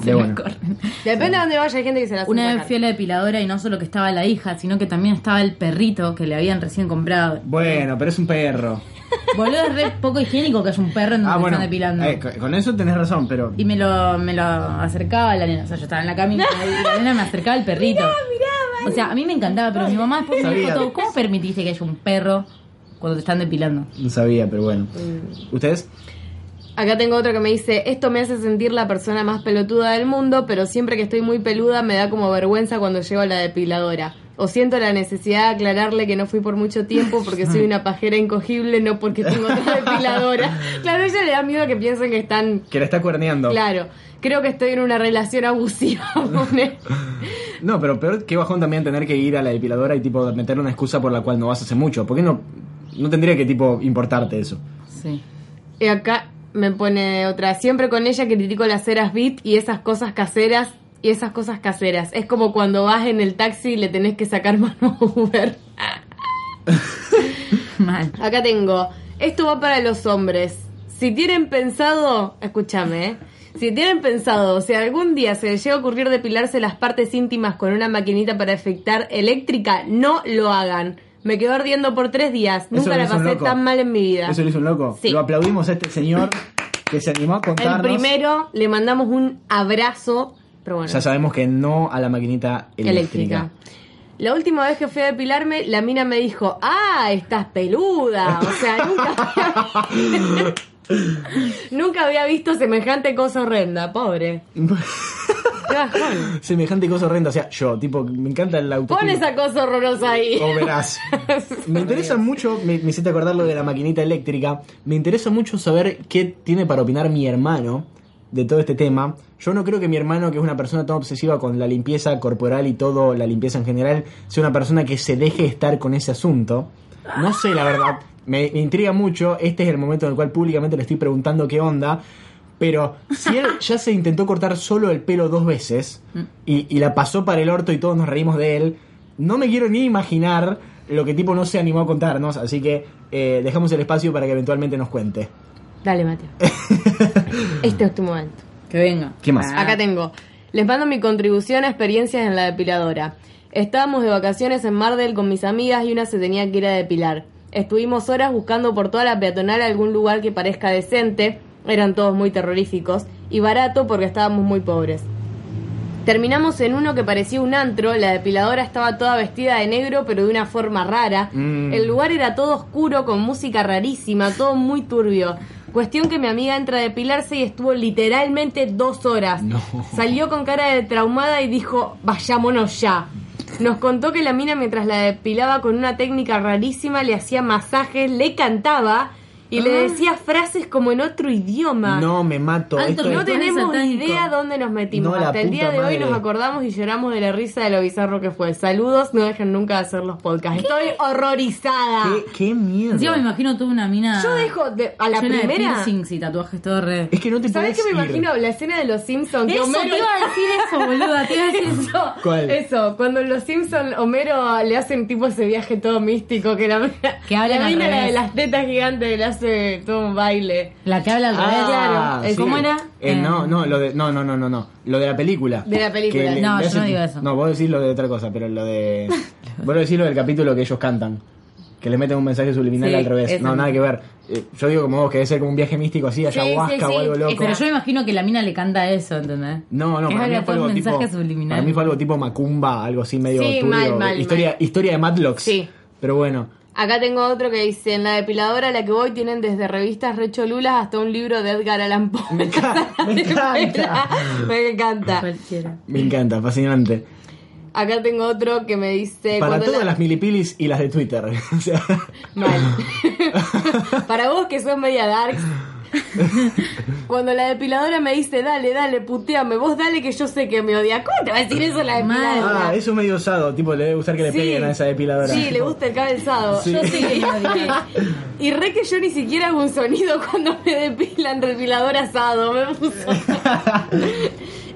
[SPEAKER 2] Se
[SPEAKER 3] de
[SPEAKER 2] la
[SPEAKER 3] bueno.
[SPEAKER 2] corren.
[SPEAKER 1] Depende de dónde vaya, hay gente que se la hace
[SPEAKER 2] Una
[SPEAKER 1] sacar.
[SPEAKER 2] vez fui a la depiladora y no solo que estaba la hija, sino que también estaba el perrito que le habían recién comprado.
[SPEAKER 3] Bueno, pero es un perro.
[SPEAKER 2] Boludo, es re poco higiénico que es un perro en donde
[SPEAKER 3] Ah,
[SPEAKER 2] te
[SPEAKER 3] bueno.
[SPEAKER 2] están depilando.
[SPEAKER 3] eh, con- con eso tenés razón, pero.
[SPEAKER 2] Y me lo, me lo acercaba la nena. O sea, yo estaba en la camina y la nena me acercaba el perrito. o sea, a mí me encantaba, pero mi mamá después me dijo
[SPEAKER 3] Sabía.
[SPEAKER 2] todo. ¿Cómo permitiste que haya un perro cuando te están depilando?
[SPEAKER 3] No sabía, pero bueno.
[SPEAKER 1] Mm.
[SPEAKER 3] ¿Ustedes?
[SPEAKER 1] Acá tengo otro que me dice, esto me hace sentir la persona más pelotuda del mundo, pero siempre que estoy muy peluda me da como vergüenza cuando llego a la depiladora. O siento la necesidad de aclararle que no fui por mucho tiempo porque soy una pajera incogible, no porque tengo otra depiladora. Claro, a ella le da miedo que piensen que están...
[SPEAKER 3] Que la está cuerneando.
[SPEAKER 1] Claro, creo que estoy en una relación abusiva. pone.
[SPEAKER 3] No, pero peor que bajón también tener que ir a la depiladora y tipo meter una excusa por la cual no vas hace mucho. ¿Por qué no, no tendría que tipo importarte eso?
[SPEAKER 2] Sí.
[SPEAKER 1] y acá me pone otra, siempre con ella critico las ceras beat y esas cosas caseras. Y esas cosas caseras. Es como cuando vas en el taxi y le tenés que sacar mano a Uber.
[SPEAKER 2] Mal.
[SPEAKER 1] Acá tengo. Esto va para los hombres. Si tienen pensado, escúchame, ¿eh? si tienen pensado, si algún día se les llega a ocurrir depilarse las partes íntimas con una maquinita para afectar eléctrica, no lo hagan. Me quedó ardiendo por tres días.
[SPEAKER 3] Eso
[SPEAKER 1] Nunca
[SPEAKER 3] lo
[SPEAKER 1] la
[SPEAKER 3] hizo un
[SPEAKER 1] pasé
[SPEAKER 3] loco.
[SPEAKER 1] tan mal en mi vida.
[SPEAKER 3] Eso lo hizo un loco.
[SPEAKER 1] Sí.
[SPEAKER 3] Lo aplaudimos a este señor que se animó a contarnos.
[SPEAKER 1] El primero le mandamos un abrazo, pero bueno,
[SPEAKER 3] Ya sabemos que no a la maquinita
[SPEAKER 1] eléctrica.
[SPEAKER 3] eléctrica.
[SPEAKER 1] La última vez que fui a depilarme, la mina me dijo, ah, estás peluda. O sea, nunca había, nunca había visto semejante cosa horrenda, pobre. Qué bajón.
[SPEAKER 3] Semejante cosa horrenda. O sea, yo, tipo, me encanta el auto.
[SPEAKER 1] Pon esa cosa horrorosa ahí.
[SPEAKER 3] O verás. Me interesa mucho, me, me hiciste acordar lo de la maquinita eléctrica. Me interesa mucho saber qué tiene para opinar mi hermano de todo este tema. Yo no creo que mi hermano, que es una persona tan obsesiva con la limpieza corporal y todo, la limpieza en general, sea una persona que se deje estar con ese asunto. No sé, la verdad. Me, me intriga mucho. Este es el momento en el cual públicamente le estoy preguntando qué onda. Pero si él ya se intentó cortar solo el pelo dos veces y, y la pasó para el orto y todos nos reímos de él, no me quiero ni imaginar lo que tipo no se animó a contarnos, así que eh, dejamos el espacio para que eventualmente nos cuente.
[SPEAKER 1] Dale, Mateo. Este es tu momento.
[SPEAKER 2] Que venga.
[SPEAKER 3] ¿Qué más?
[SPEAKER 1] Ah.
[SPEAKER 2] Ah.
[SPEAKER 1] Acá tengo. Les mando mi contribución a experiencias en la depiladora. Estábamos de vacaciones en Mardel con mis amigas y una se tenía que ir a depilar. Estuvimos horas buscando por toda la peatonal algún lugar que parezca decente. Eran todos muy terroríficos. Y barato porque estábamos muy pobres. Terminamos en uno que parecía un antro, la depiladora estaba toda vestida de negro pero de una forma rara.
[SPEAKER 3] Mm.
[SPEAKER 1] El lugar era todo oscuro, con música rarísima, todo muy turbio. Cuestión que mi amiga entra a depilarse y estuvo literalmente dos horas.
[SPEAKER 3] No.
[SPEAKER 1] Salió con cara de traumada y dijo, vayámonos ya. Nos contó que la mina mientras la depilaba con una técnica rarísima le hacía masajes, le cantaba y le decía frases como en otro idioma.
[SPEAKER 3] Ah. No me mato.
[SPEAKER 2] Alto
[SPEAKER 3] esto
[SPEAKER 2] Me
[SPEAKER 1] No
[SPEAKER 3] es-
[SPEAKER 2] pone
[SPEAKER 1] tenemos
[SPEAKER 2] satánico.
[SPEAKER 1] idea dónde nos metimos.
[SPEAKER 3] No, la
[SPEAKER 1] Hasta el día
[SPEAKER 3] puta
[SPEAKER 1] de hoy
[SPEAKER 3] madre.
[SPEAKER 1] nos acordamos y lloramos de la risa de lo bizarro que fue. Saludos, no dejen nunca de hacer los podcasts. Estoy horrorizada.
[SPEAKER 3] ¿Qué, qué miedo.
[SPEAKER 2] Encima me imagino toda una mina.
[SPEAKER 1] Yo dejo de- a la
[SPEAKER 2] llena Ah. de
[SPEAKER 1] primera.
[SPEAKER 2] piercings y tatuajes todo re.
[SPEAKER 3] Es que no te
[SPEAKER 1] ¿Sabes qué
[SPEAKER 3] podés
[SPEAKER 1] me
[SPEAKER 3] ir.
[SPEAKER 1] imagino? La escena de los Simpsons. que
[SPEAKER 2] Eso,
[SPEAKER 1] Homero-
[SPEAKER 2] te iba a decir eso, boluda. Te iba a decir eso.
[SPEAKER 3] ¿Cuál?
[SPEAKER 1] Eso, cuando en los Simpsons Homero le hacen tipo ese viaje todo místico que la
[SPEAKER 2] Que hablan
[SPEAKER 1] la
[SPEAKER 2] al
[SPEAKER 1] mina, la
[SPEAKER 2] revés.
[SPEAKER 1] de las tetas gigantes le hace todo un baile.
[SPEAKER 2] La que habla al revés.
[SPEAKER 3] Ah,
[SPEAKER 1] claro. ¿Cómo era?
[SPEAKER 3] Eh, no, no, lo de, no, no, no, no, no. Lo de la película.
[SPEAKER 1] De la película.
[SPEAKER 3] Que le- este-
[SPEAKER 2] No,
[SPEAKER 3] le
[SPEAKER 2] yo
[SPEAKER 3] hacen-
[SPEAKER 2] no digo eso.
[SPEAKER 3] No, vos decís lo de otra cosa, pero lo de. vos decís lo del capítulo que ellos cantan. que le meten un mensaje subliminal
[SPEAKER 1] Sí,
[SPEAKER 3] al revés.
[SPEAKER 1] esa
[SPEAKER 3] No, nada que ver. Eh, yo digo como vos, que debe ser como un viaje místico así, ayahuasca
[SPEAKER 1] sí,
[SPEAKER 3] o algo
[SPEAKER 1] sí,
[SPEAKER 3] loco.
[SPEAKER 2] Pero yo me imagino que la mina le canta eso, ¿entendés?
[SPEAKER 3] No,
[SPEAKER 2] Es
[SPEAKER 3] no, para mí, fue
[SPEAKER 2] aleatorio,
[SPEAKER 3] algo tipo,
[SPEAKER 2] mensaje subliminal.
[SPEAKER 3] para mí fue algo tipo Macumba, algo así medio
[SPEAKER 1] Sí,
[SPEAKER 3] turbio.
[SPEAKER 1] mal, mal,
[SPEAKER 3] historia,
[SPEAKER 1] mal.
[SPEAKER 3] historia de Madlocks.
[SPEAKER 1] Sí.
[SPEAKER 3] Pero bueno,
[SPEAKER 1] Acá tengo otro que dice, en la depiladora a la que voy tienen desde revistas recholulas hasta un libro de Edgar Allan Poe.
[SPEAKER 3] Me encanta, me encanta.
[SPEAKER 1] Me encanta.
[SPEAKER 2] Cualquiera.
[SPEAKER 3] me encanta, fascinante.
[SPEAKER 1] Acá tengo otro que me dice...
[SPEAKER 3] Para
[SPEAKER 1] cuando
[SPEAKER 3] todas
[SPEAKER 1] la-
[SPEAKER 3] las milipilis y las de Twitter. O sea,
[SPEAKER 1] Mal. Para vos que sos media darks. Cuando la depiladora me dice, dale, dale, puteame, vos dale que yo sé que me odia. ¿Cómo te va a decir eso la depiladora?
[SPEAKER 3] ah, eso es medio osado, tipo, le debe gustar que le
[SPEAKER 1] Sí.
[SPEAKER 3] peguen a esa depiladora.
[SPEAKER 1] Sí, le gusta el cabezado.
[SPEAKER 3] Sí.
[SPEAKER 1] Yo sí. y re que yo ni siquiera hago un sonido cuando me depilan depilador asado. Me puso.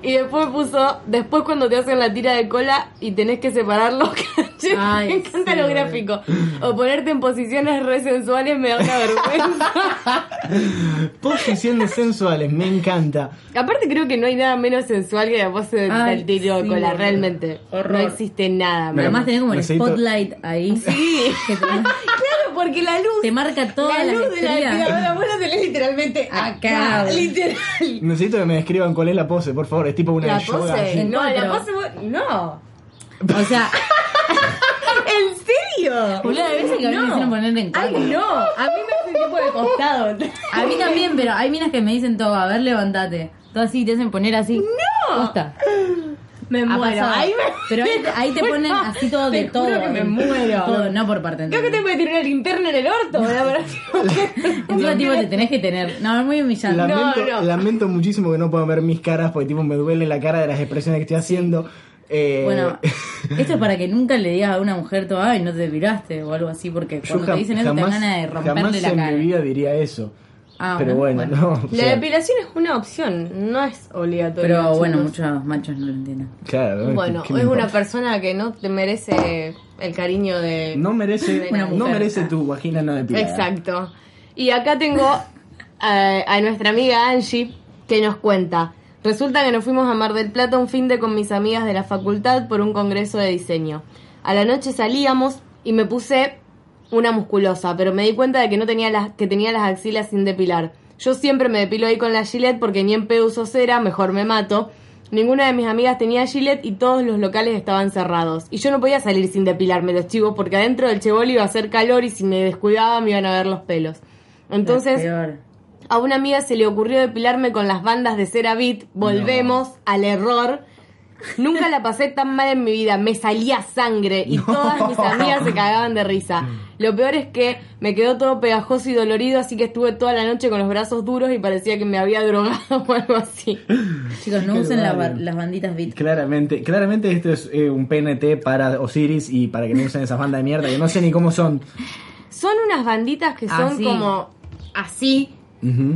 [SPEAKER 1] y después puso, después cuando te hacen la tira de cola y tenés que separar los cachetes.
[SPEAKER 2] Ay,
[SPEAKER 1] me encanta
[SPEAKER 2] sí,
[SPEAKER 1] lo
[SPEAKER 2] boludo.
[SPEAKER 1] gráfico. O ponerte en posiciones re sensuales me da una vergüenza.
[SPEAKER 3] Posiciones sensuales, me encanta.
[SPEAKER 1] Aparte creo que no hay nada menos sensual que la pose del
[SPEAKER 2] Ay,
[SPEAKER 1] tiro de
[SPEAKER 2] sí,
[SPEAKER 1] cola,
[SPEAKER 2] boludo.
[SPEAKER 1] realmente.
[SPEAKER 2] Horror.
[SPEAKER 1] No existe nada.
[SPEAKER 3] Pero
[SPEAKER 1] man.
[SPEAKER 2] Además tenés como el
[SPEAKER 3] necesito-
[SPEAKER 2] spotlight ahí.
[SPEAKER 1] Sí.
[SPEAKER 2] Que te,
[SPEAKER 1] claro, porque la luz
[SPEAKER 2] te marca toda la,
[SPEAKER 1] la luz de la
[SPEAKER 2] estrellas.
[SPEAKER 1] aspiradora, vos la tenés literalmente acá.
[SPEAKER 2] Acá.
[SPEAKER 1] Literal.
[SPEAKER 3] Necesito que me describan cuál es la pose, por favor. Es tipo una
[SPEAKER 1] La
[SPEAKER 3] de yoga.
[SPEAKER 1] pose.
[SPEAKER 3] así.
[SPEAKER 1] No, la
[SPEAKER 2] Encuentro.
[SPEAKER 1] pose. vos- No.
[SPEAKER 2] O sea,
[SPEAKER 1] ¿En serio?
[SPEAKER 2] Boluda, hay veces que a mí me hicieron poner en
[SPEAKER 1] Ay,
[SPEAKER 2] contra.
[SPEAKER 1] no. A mí me sentí por el costado.
[SPEAKER 2] a mí también, pero hay minas que me dicen todo, a ver, levantate. Todo así, te hacen poner así. ¡No!
[SPEAKER 1] Me
[SPEAKER 2] Ha
[SPEAKER 1] muero.
[SPEAKER 2] pasado.
[SPEAKER 1] Ahí me...
[SPEAKER 2] Ah, Pero ahí, ahí te ponen así todo
[SPEAKER 1] Te
[SPEAKER 2] de
[SPEAKER 1] juro
[SPEAKER 2] todo.
[SPEAKER 1] que me muero.
[SPEAKER 2] Todo, no por parte.
[SPEAKER 1] Creo que te puede tirar una linterna en el orto. La verdad.
[SPEAKER 2] Encima, tipo, te tenés que tener. No, es muy humillante.
[SPEAKER 3] Lamento,
[SPEAKER 1] no.
[SPEAKER 3] lamento muchísimo que no puedan ver mis caras porque tipo me duele la cara de las expresiones que estoy haciendo. Eh,
[SPEAKER 2] Bueno, esto es para que nunca le digas a una mujer todo, ay, no te depilaste o algo así, porque
[SPEAKER 3] yo
[SPEAKER 2] cuando te dicen eso te dan ganas de
[SPEAKER 3] jamás
[SPEAKER 2] romperle la
[SPEAKER 3] en
[SPEAKER 2] cara.
[SPEAKER 3] mi vida diría eso.
[SPEAKER 2] Ah,
[SPEAKER 3] Pero
[SPEAKER 2] bueno,
[SPEAKER 3] bueno, no. o
[SPEAKER 1] La
[SPEAKER 3] sea,
[SPEAKER 1] depilación es una opción, no es obligatoria.
[SPEAKER 2] Pero bueno,
[SPEAKER 1] chicos.
[SPEAKER 2] muchos machos no lo entienden.
[SPEAKER 3] claro,
[SPEAKER 1] Bueno,
[SPEAKER 3] ¿qué
[SPEAKER 1] es
[SPEAKER 3] me
[SPEAKER 1] una
[SPEAKER 3] importa?
[SPEAKER 1] persona que no te merece el cariño de.
[SPEAKER 3] No merece,
[SPEAKER 1] Una
[SPEAKER 3] no
[SPEAKER 1] mujer.
[SPEAKER 3] merece tu vagina no depilada.
[SPEAKER 1] Exacto. Y acá tengo eh, a nuestra amiga Angie que nos cuenta. Resulta que nos fuimos a Mar del Plata un fin de con mis amigas de la facultad por un congreso de diseño. A la noche salíamos y me puse una musculosa, pero me di cuenta de que no tenía las que tenía las axilas sin depilar. Yo siempre me depilo ahí con la Gillette porque ni en pedo uso cera, mejor me mato. Ninguna de mis amigas tenía Gillette y todos los locales estaban cerrados. Y yo no podía salir sin depilarme los chivos porque adentro del chebol iba a hacer calor y si me descuidaba me iban a ver los pelos. Entonces,
[SPEAKER 2] Peor.
[SPEAKER 1] a una amiga se le ocurrió depilarme con las bandas de cera bit. Volvemos al error. Nunca la pasé tan mal en mi vida. Me salía sangre y todas mis amigas se cagaban de risa. Lo peor es que me quedó todo pegajoso y dolorido, así que estuve toda la noche con los brazos duros y parecía que me había drogado o algo así.
[SPEAKER 2] Chicos, no
[SPEAKER 3] Qué
[SPEAKER 2] usen la
[SPEAKER 3] bárbaro.
[SPEAKER 2] bar- las banditas bit.
[SPEAKER 3] Claramente, claramente esto es eh, un PNT para Osiris y para que no usen esas bandas de mierda que no sé ni cómo son.
[SPEAKER 1] Son unas banditas que son
[SPEAKER 2] Así.
[SPEAKER 1] como así,
[SPEAKER 3] Ujú.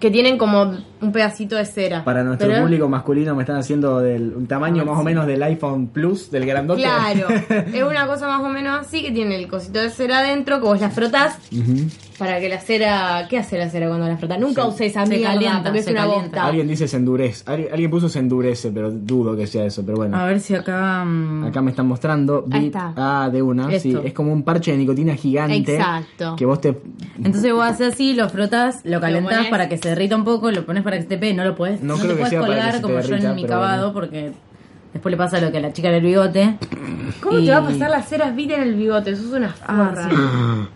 [SPEAKER 1] que tienen como un pedacito de cera.
[SPEAKER 3] Para nuestro
[SPEAKER 1] Pero-
[SPEAKER 3] público masculino me están haciendo del un tamaño más o menos del iPhone Plus, del grandote.
[SPEAKER 1] Claro, es una cosa más o menos así que tiene el cosito de cera adentro que vos la frotás
[SPEAKER 3] Ujú.
[SPEAKER 1] Para que la cera. ¿Qué hace la cera cuando la frota? Nunca usé esa
[SPEAKER 2] Se
[SPEAKER 1] mierda
[SPEAKER 2] calienta,
[SPEAKER 1] porque es
[SPEAKER 2] se
[SPEAKER 1] una
[SPEAKER 2] calienta.
[SPEAKER 1] bosta.
[SPEAKER 3] Alguien dice se endurece. Alguien, alguien puso se endurece, pero dudo que sea eso. Pero bueno,
[SPEAKER 2] A ver si acá. mm,
[SPEAKER 3] acá me están mostrando.
[SPEAKER 1] Ah, Ahí
[SPEAKER 3] Vi-
[SPEAKER 1] está.
[SPEAKER 3] Ah, de una.
[SPEAKER 2] Esto.
[SPEAKER 3] Sí, es como un parche de nicotina gigante.
[SPEAKER 1] Exacto.
[SPEAKER 3] Que vos te.
[SPEAKER 2] Entonces vos haces así, lo frotas, lo calentás
[SPEAKER 1] pones.
[SPEAKER 2] para que se derrita un poco, lo pones para que se te pegue, no lo puedes,
[SPEAKER 3] No
[SPEAKER 2] no,
[SPEAKER 3] creo
[SPEAKER 2] te
[SPEAKER 3] que
[SPEAKER 2] puedes
[SPEAKER 3] sea para que
[SPEAKER 2] colgar
[SPEAKER 3] se te
[SPEAKER 2] como yo
[SPEAKER 3] derrita,
[SPEAKER 2] en mi
[SPEAKER 3] pero
[SPEAKER 2] cavado porque después le pasa lo que a la chica del bigote.
[SPEAKER 1] ¿Cómo
[SPEAKER 2] Y-
[SPEAKER 1] te va a pasar la cera vida en el bigote? Sos una forra.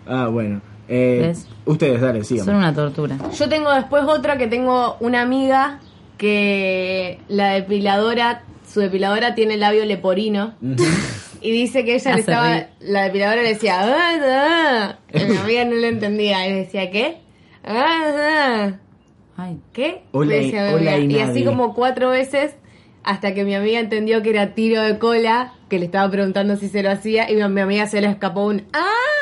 [SPEAKER 3] Ah, bueno. Eh,
[SPEAKER 2] ¿Ves?
[SPEAKER 3] Ustedes, dale,
[SPEAKER 2] Son
[SPEAKER 3] sigan.
[SPEAKER 2] una tortura.
[SPEAKER 1] Yo tengo después otra que tengo una amiga que la depiladora, su depiladora tiene labio leporino. Y dice que ella le
[SPEAKER 2] Hace
[SPEAKER 1] estaba.
[SPEAKER 2] reír.
[SPEAKER 1] La depiladora le decía. "Ah, ah". Y Mi amiga no lo entendía. Y le decía, ¿qué? Ah, ah.
[SPEAKER 2] Ay,
[SPEAKER 1] ¿Qué?
[SPEAKER 3] Hola
[SPEAKER 1] Le
[SPEAKER 3] y-
[SPEAKER 1] decía mi
[SPEAKER 3] hola
[SPEAKER 1] amiga.
[SPEAKER 3] y
[SPEAKER 1] y así
[SPEAKER 3] nadie.
[SPEAKER 1] como cuatro veces hasta que mi amiga entendió que era tiro de cola, que le estaba preguntando si se lo hacía y mi, mi amiga se le escapó un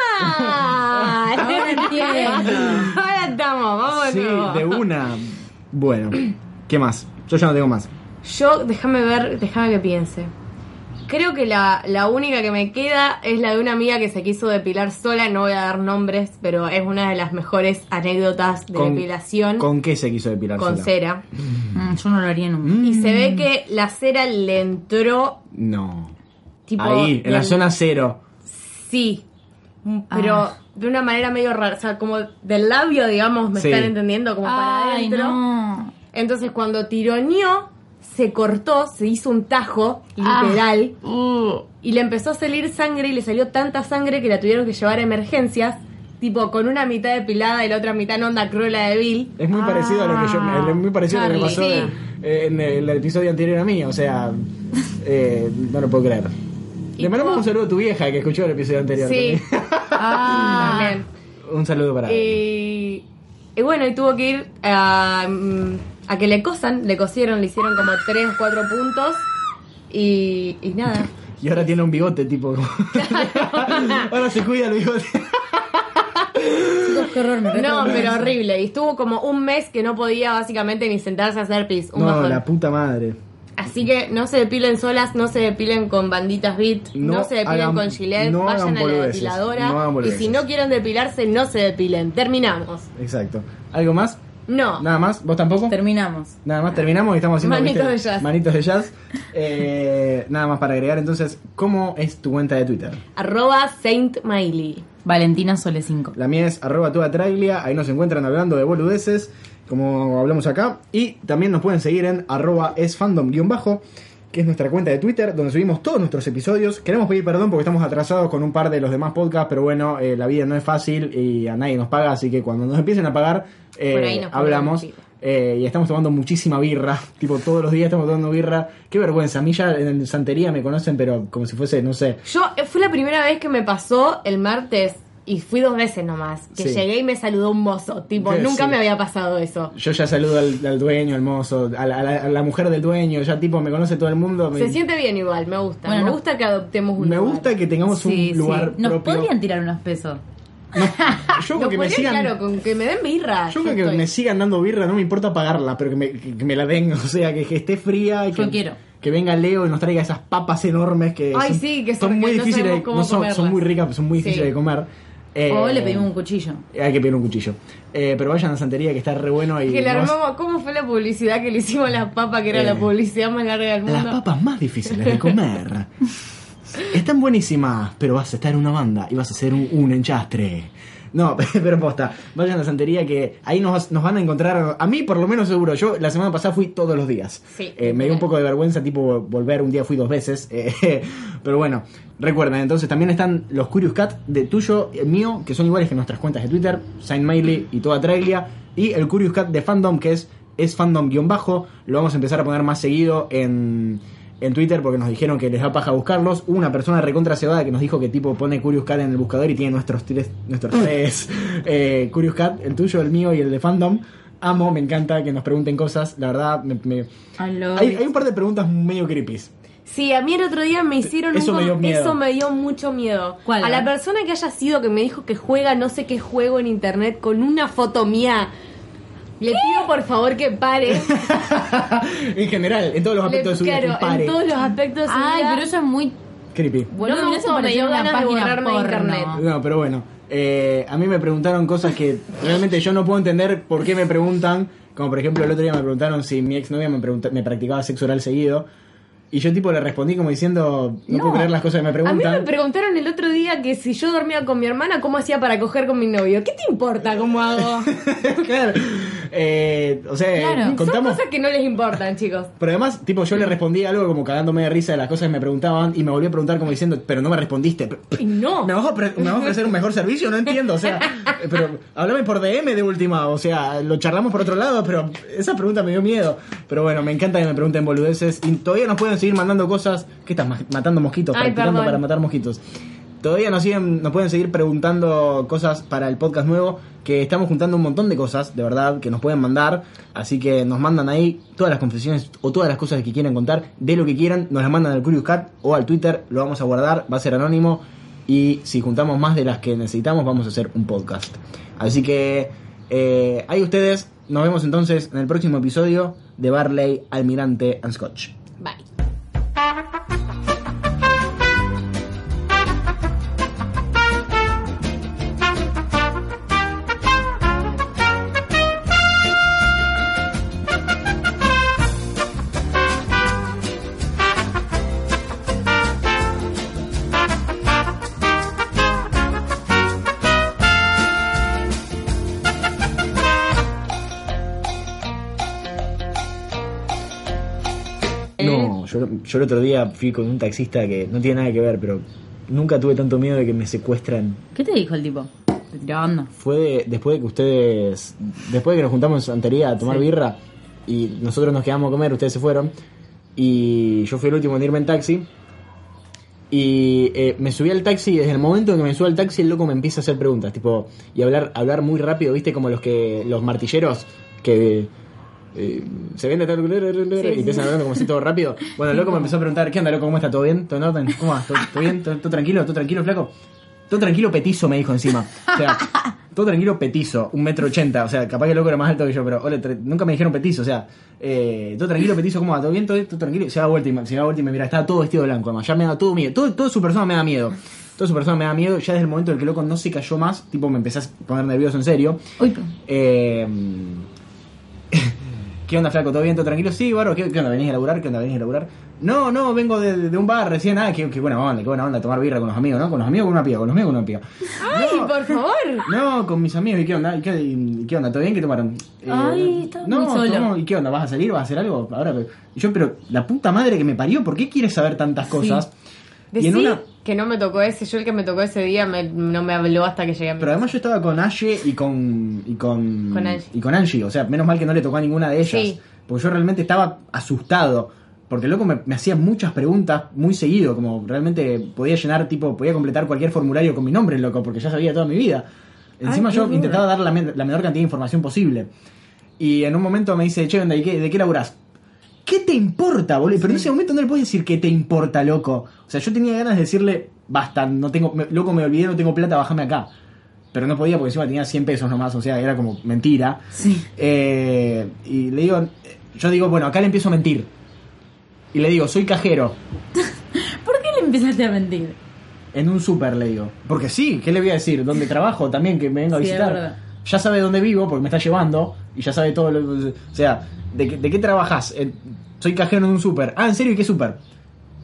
[SPEAKER 1] ¡Ah!
[SPEAKER 2] Ahora entiendo.
[SPEAKER 1] Ahora estamos, vamos
[SPEAKER 3] Sí,
[SPEAKER 1] nuevo.
[SPEAKER 3] de una. Bueno, ¿qué más? Yo ya no tengo más.
[SPEAKER 1] Yo, déjame ver, déjame que piense. Creo que la, la única que me queda es la de una amiga que se quiso depilar sola, no voy a dar nombres, pero es una de las mejores anécdotas de depilación
[SPEAKER 3] ¿Con qué se quiso depilar?
[SPEAKER 1] con
[SPEAKER 3] sola?
[SPEAKER 1] cera.
[SPEAKER 2] mm, yo no lo haría nunca.
[SPEAKER 1] Y se ve que la cera le entró
[SPEAKER 3] No.
[SPEAKER 1] tipo
[SPEAKER 3] Ahí, en la
[SPEAKER 1] del-
[SPEAKER 3] zona cero.
[SPEAKER 1] Sí. Pero
[SPEAKER 2] Ah.
[SPEAKER 1] de una manera medio rara, o sea, como del labio, digamos, me
[SPEAKER 3] Sí.
[SPEAKER 1] están entendiendo, como para
[SPEAKER 2] Ay,
[SPEAKER 1] adentro.
[SPEAKER 2] no.
[SPEAKER 1] Entonces cuando tironeó, se cortó, se hizo un tajo,
[SPEAKER 2] Ah.
[SPEAKER 1] literal, y le empezó a salir sangre y le salió tanta sangre que la tuvieron que llevar a emergencias, tipo con una mitad depilada y la otra mitad en onda cruela de Bill.
[SPEAKER 3] Es muy parecido a lo que yo es muy parecido a lo que me pasó
[SPEAKER 1] Charlie, Ah. sí.
[SPEAKER 3] eh, en el episodio anterior a mí, o sea, eh, no lo puedo creer.
[SPEAKER 1] ¿Y
[SPEAKER 3] Le mandamos
[SPEAKER 1] cómo-
[SPEAKER 3] un saludo a tu vieja que escuchó el episodio anterior.
[SPEAKER 1] Sí, Eh.
[SPEAKER 2] Ah.
[SPEAKER 1] también.
[SPEAKER 3] un saludo para él.
[SPEAKER 1] Y, y bueno, y tuvo que ir a, mm, a que le cosan, le cosieron, le hicieron como 3 o 4 puntos y, y nada.
[SPEAKER 3] Y ahora tiene un bigote, tipo. como- ahora se cuida el bigote.
[SPEAKER 2] Chicos, qué horror, me re-
[SPEAKER 1] No, pero horrible. Y estuvo como un mes que no podía básicamente ni sentarse a hacer pis. Un
[SPEAKER 3] no,
[SPEAKER 1] bajón.
[SPEAKER 3] la puta madre.
[SPEAKER 1] Así que no se depilen solas, no se depilen con banditas beat, no,
[SPEAKER 3] No
[SPEAKER 1] se depilen
[SPEAKER 3] hagan-
[SPEAKER 1] con Gillette,
[SPEAKER 3] no
[SPEAKER 1] vayan
[SPEAKER 3] hagan
[SPEAKER 1] a la
[SPEAKER 3] boludeces,
[SPEAKER 1] depiladora.
[SPEAKER 3] no hagan
[SPEAKER 1] y
[SPEAKER 3] boludeces.
[SPEAKER 1] si no quieren depilarse, no se depilen. Terminamos.
[SPEAKER 3] Exacto. ¿Algo más?
[SPEAKER 1] No.
[SPEAKER 3] ¿Nada más? ¿Vos tampoco?
[SPEAKER 2] Terminamos.
[SPEAKER 3] Nada más terminamos y estamos haciendo
[SPEAKER 1] Manitos
[SPEAKER 3] ¿viste?
[SPEAKER 1] de jazz.
[SPEAKER 3] Manitos de jazz. Eh, nada más para agregar entonces, ¿cómo es tu cuenta de Twitter?
[SPEAKER 1] Arroba Saint Miley.
[SPEAKER 2] Valentina Sole 5.
[SPEAKER 3] La mía es arroba toda traglia, ahí nos encuentran hablando de boludeces, como hablamos acá. Y también nos pueden seguir en arroba esfandom-bajo, que es nuestra cuenta de Twitter, donde subimos todos nuestros episodios. Queremos pedir perdón porque estamos atrasados con un par de los demás podcasts, pero bueno, eh, la vida no es fácil y a nadie nos paga, así que cuando nos empiecen a pagar, eh,
[SPEAKER 1] Por ahí nos
[SPEAKER 3] hablamos.
[SPEAKER 1] podemos ir.
[SPEAKER 3] Eh, y estamos tomando muchísima birra, tipo todos los días estamos tomando birra. Qué vergüenza, a mí ya en Santería me conocen, pero como si fuese, no sé,
[SPEAKER 1] Yo eh, fue la primera vez que me pasó el martes y fui dos veces nomás. Que
[SPEAKER 3] Sí.
[SPEAKER 1] llegué y me saludó un mozo. Tipo,
[SPEAKER 3] Sí,
[SPEAKER 1] nunca
[SPEAKER 3] sí.
[SPEAKER 1] me había pasado eso.
[SPEAKER 3] Yo ya saludo al, al dueño, al mozo, a la, a la- a la mujer del dueño, ya tipo me conoce todo el mundo. Me,
[SPEAKER 1] Se siente bien igual, me gusta.
[SPEAKER 2] Bueno,
[SPEAKER 1] me
[SPEAKER 2] no-
[SPEAKER 1] gusta que adoptemos un
[SPEAKER 3] me
[SPEAKER 1] lugar.
[SPEAKER 3] gusta que tengamos un lugar
[SPEAKER 2] Nos
[SPEAKER 3] propio. Ah,
[SPEAKER 2] podrían tirar unos pesos.
[SPEAKER 3] Yo
[SPEAKER 1] Lo
[SPEAKER 3] con que me
[SPEAKER 1] podría,
[SPEAKER 3] sigan,
[SPEAKER 1] claro, con que me den birra.
[SPEAKER 3] yo con que
[SPEAKER 1] estoy.
[SPEAKER 3] me sigan dando birra, no me importa pagarla, pero que me, que- que me la den, o sea, que, que esté fría y
[SPEAKER 2] Yo
[SPEAKER 3] que,
[SPEAKER 2] quiero.
[SPEAKER 3] que venga Leo y nos traiga esas papas enormes que,
[SPEAKER 1] Ay,
[SPEAKER 3] son,
[SPEAKER 1] sí, que son-
[SPEAKER 3] son muy
[SPEAKER 1] que no
[SPEAKER 3] difíciles, de-
[SPEAKER 1] sabemos cómo
[SPEAKER 3] no son, son
[SPEAKER 1] comerlas.
[SPEAKER 3] muy ricas, son muy
[SPEAKER 1] Sí.
[SPEAKER 3] difíciles de comer. Eh,
[SPEAKER 2] O le pedimos un cuchillo.
[SPEAKER 3] Hay que pedir un cuchillo. Eh, pero vayan a Santería que está re bueno y
[SPEAKER 1] Que le
[SPEAKER 3] nos-
[SPEAKER 1] armamos, ¿cómo fue la publicidad que le hicimos a las papas, que era
[SPEAKER 3] Eh,
[SPEAKER 1] la publicidad más larga del
[SPEAKER 3] Las
[SPEAKER 1] mundo?
[SPEAKER 3] papas más difíciles de comer. Están buenísimas, pero vas a estar en una banda y vas a hacer un, un enchastre. No, pero posta, vayan a la santería que ahí nos, nos van a encontrar, a mí por lo menos seguro, yo la semana pasada fui todos los días.
[SPEAKER 1] Sí.
[SPEAKER 3] Eh, me dio un poco de vergüenza, tipo volver, un día fui dos veces, eh, pero bueno, recuerden, entonces también están los Curious Cat de tuyo, eh, mío, que son iguales que nuestras cuentas de Twitter, Saint Miley y toda Trailia, y el Curious Cat de Fandom, que es, es Fandom-bajo, lo vamos a empezar a poner más seguido en, en Twitter porque nos dijeron que les da paja buscarlos. Hubo una persona recontra cebada que nos dijo que tipo pone Curious Cat en el buscador y tiene nuestros tres, nuestros tres eh, Curious Cat, el tuyo, el mío y el de Fandom. Amo, me encanta que nos pregunten cosas, la verdad, me- me- hay, hay un par de preguntas medio creepy.
[SPEAKER 1] Sí, a mí el otro día me hicieron
[SPEAKER 3] Eso
[SPEAKER 1] un
[SPEAKER 3] me dio
[SPEAKER 1] com-
[SPEAKER 3] miedo.
[SPEAKER 1] eso me dio mucho miedo.
[SPEAKER 2] ¿Cuál,
[SPEAKER 1] a
[SPEAKER 2] eh?
[SPEAKER 1] la persona que haya sido que me dijo que juega no sé qué juego en internet con una foto mía. Le pido por favor que pare.
[SPEAKER 3] en general, en todos los
[SPEAKER 1] Le-
[SPEAKER 3] aspectos de su vida,
[SPEAKER 1] claro,
[SPEAKER 3] que pare.
[SPEAKER 1] en todos los aspectos de su
[SPEAKER 2] Ay,
[SPEAKER 1] vida.
[SPEAKER 2] Ah, pero eso es muy.
[SPEAKER 3] Creepy.
[SPEAKER 2] Bueno,
[SPEAKER 1] No me gustó, me dio ganas de borrarme de internet.
[SPEAKER 3] No, pero bueno, eh, a mí me preguntaron cosas que realmente yo no puedo entender por qué me preguntan. Como por ejemplo, el otro día me preguntaron si mi exnovia me, pregunta- me practicaba sexo oral seguido. Y yo, tipo, le respondí como diciendo: No, puedo creer las cosas que me
[SPEAKER 1] A mí
[SPEAKER 3] preguntan.
[SPEAKER 1] me preguntaron el otro día que si yo dormía con mi hermana, ¿cómo hacía para coger con mi novio? ¿Qué te importa cómo hago?
[SPEAKER 3] Claro. Eh, o sea,
[SPEAKER 2] Claro.
[SPEAKER 1] Son
[SPEAKER 3] contamos.
[SPEAKER 1] cosas que no les importan, chicos.
[SPEAKER 3] Pero además, tipo, yo le respondí algo como cagándome de risa de las cosas que me preguntaban y me volví a preguntar como diciendo, pero no me respondiste. Pero-
[SPEAKER 1] Y no.
[SPEAKER 3] ¿Me vas, a pre- me vas a ofrecer un mejor servicio? No entiendo, o sea, eh, pero háblame por DM de última, o sea, lo charlamos por otro lado, pero esa pregunta me dio miedo. Pero bueno, me encanta que me pregunten boludeces y todavía nos pueden seguir mandando cosas. ¿Qué estás ma- matando mosquitos?
[SPEAKER 1] Ay,
[SPEAKER 3] practicando
[SPEAKER 1] perdón.
[SPEAKER 3] para matar mosquitos. Todavía nos, siguen, nos pueden seguir preguntando cosas para el podcast nuevo, que estamos juntando un montón de cosas, de verdad, que nos pueden mandar. Así que nos mandan ahí todas las confesiones o todas las cosas que quieran contar, de lo que quieran, nos las mandan al Curious Cat o al Twitter, lo vamos a guardar, va a ser anónimo. Y si juntamos más de las que necesitamos, vamos a hacer un podcast. Así que eh, ahí ustedes, nos vemos entonces en el próximo episodio de Barley, Almirante and Scotch.
[SPEAKER 1] Bye.
[SPEAKER 4] Thank
[SPEAKER 3] Yo, yo el otro día fui con un taxista que no tiene nada que ver, pero nunca tuve tanto miedo de que me secuestran.
[SPEAKER 2] ¿Qué te dijo el tipo? Te tiraba onda.
[SPEAKER 3] Fue de- después de que ustedes, después de que nos juntamos en Santería a tomar
[SPEAKER 2] Sí.
[SPEAKER 3] birra y nosotros nos quedamos a comer, ustedes se fueron y yo fui el último en irme en taxi. Y eh, me subí al taxi y desde el momento en que me subo al taxi el loco me empieza a hacer preguntas, tipo, y hablar, hablar muy rápido, viste, como los que, los martilleros que eh, se ven de tal y empiezan hablando como así todo rápido. Bueno, el loco me empezó a preguntar, ¿qué onda loco? ¿Cómo está? ¿Todo bien? ¿Todo en orden? ¿Cómo va? ¿Todo, todo bien? ¿Todo, todo tranquilo? ¿Todo tranquilo, flaco? Todo tranquilo petizo me dijo encima. O sea, todo tranquilo petizo, un metro ochenta. O sea, capaz que el loco era más alto que yo, pero ole, tre- nunca me dijeron petizo. O sea, eh, todo tranquilo petizo, ¿cómo va? ¿Todo bien? ¿Todo, bien? todo tranquilo? Se da vuelta y me, se da vuelta y me mira, estaba todo vestido de blanco. Además, ya me da todo miedo. Todo, toda su persona me da miedo. Toda su persona me da miedo. Ya desde el momento en el que el loco no se cayó más, tipo me empecé a poner nervioso en serio.
[SPEAKER 2] Uy,
[SPEAKER 3] Eh, ¿Qué onda, flaco? ¿Todo bien? ¿Todo tranquilo? Sí, barro. ¿Qué, qué onda? ¿Venís a laburar? ¿Qué onda? ¿Venís a laburar? No, no, vengo de, de un bar recién. Ah, qué, qué buena onda, qué buena onda tomar birra con los amigos, ¿no? Con los amigos con una piba, con los amigos con una piba.
[SPEAKER 1] ¡Ay,
[SPEAKER 3] No,
[SPEAKER 1] por favor!
[SPEAKER 3] no, con mis amigos, ¿y qué onda? ¿Y qué, y qué onda? ¿Todo bien? ¿Qué tomaron? Eh,
[SPEAKER 2] Ay, estaba
[SPEAKER 3] no,
[SPEAKER 2] muy solo.
[SPEAKER 3] tomamos- ¿Y qué onda? ¿Vas a salir? ¿Vas a hacer algo? Ahora, que- y yo, pero la puta madre que me parió, ¿por qué quieres saber tantas cosas? Y
[SPEAKER 1] Decí
[SPEAKER 3] en una,
[SPEAKER 1] que no me tocó ese, yo el que me tocó ese día me- no me habló hasta que llegué a mi
[SPEAKER 3] Pero además yo estaba con Ashe y con. y con.
[SPEAKER 1] Con Angie.
[SPEAKER 3] y con Angie. O sea, menos mal que no le tocó a ninguna de ellas.
[SPEAKER 1] Sí.
[SPEAKER 3] Porque yo realmente estaba asustado. Porque el loco me, me hacía muchas preguntas muy seguido. Como realmente podía llenar, tipo, podía completar cualquier formulario con mi nombre, loco, porque ya sabía toda mi vida. Encima
[SPEAKER 1] qué
[SPEAKER 3] yo
[SPEAKER 1] duro.
[SPEAKER 3] intentaba dar la, men- la menor cantidad de información posible. Y en un momento me dice, che, ¿de qué, de qué laburás? ¿Qué te importa, boludo? Pero en ese momento no le puedes decir que te importa, loco. O sea, yo tenía ganas de decirle, basta, no tengo, me- loco, me olvidé, no tengo plata, bájame acá. Pero no podía porque encima tenía 100 pesos nomás, o sea, era como mentira.
[SPEAKER 2] sí.
[SPEAKER 3] Eh, y le digo, yo digo, bueno, acá le empiezo a mentir. Y le digo, soy cajero.
[SPEAKER 2] ¿Por qué le empezaste a mentir?
[SPEAKER 3] En un súper, le digo. Porque sí, ¿qué le voy a decir? ¿Dónde trabajo? También que me venga a
[SPEAKER 2] Sí, es
[SPEAKER 3] visitar.
[SPEAKER 2] verdad.
[SPEAKER 3] Ya sabe dónde vivo porque me está llevando y ya sabe todo lo O sea, ¿de, qué- de qué trabajas? Eh, soy cajero en un súper. Ah, ¿en serio? ¿Y qué súper?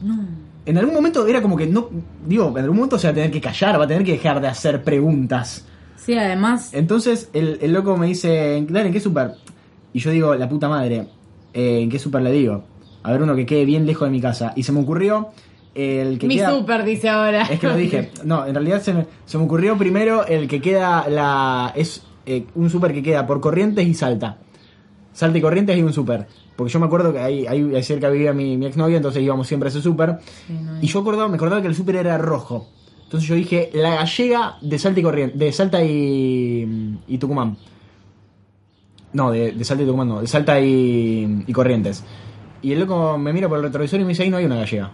[SPEAKER 2] No.
[SPEAKER 3] En algún momento era como que no. Digo, en algún momento se va a tener que callar, va a tener que dejar de hacer preguntas.
[SPEAKER 2] Sí, además.
[SPEAKER 3] Entonces el, el loco me dice, dale, ¿en qué super? Y yo digo, la puta madre, eh, ¿en qué super le digo? A ver uno que quede bien lejos de mi casa. Y se me ocurrió el que
[SPEAKER 1] Mi
[SPEAKER 3] queda...
[SPEAKER 1] super, dice ahora.
[SPEAKER 3] Es que lo dije. No, en realidad se me, se me ocurrió primero el que queda la... Es eh, un super que queda por Corrientes y Salta. Salta y Corrientes y un super. Porque yo me acuerdo que ahí, ahí ahí cerca vivía mi, mi exnovia, entonces íbamos siempre a ese super.
[SPEAKER 2] Sí, no hay-
[SPEAKER 3] Y yo acordaba, me acordaba que el súper era rojo. Entonces yo dije, la gallega de Salta y Corriente, de Salta y, y Tucumán. No, de, de Salta y Tucumán no, de Salta y, y Corrientes. Y el loco me mira por el retrovisor y me dice, ahí no hay una gallega.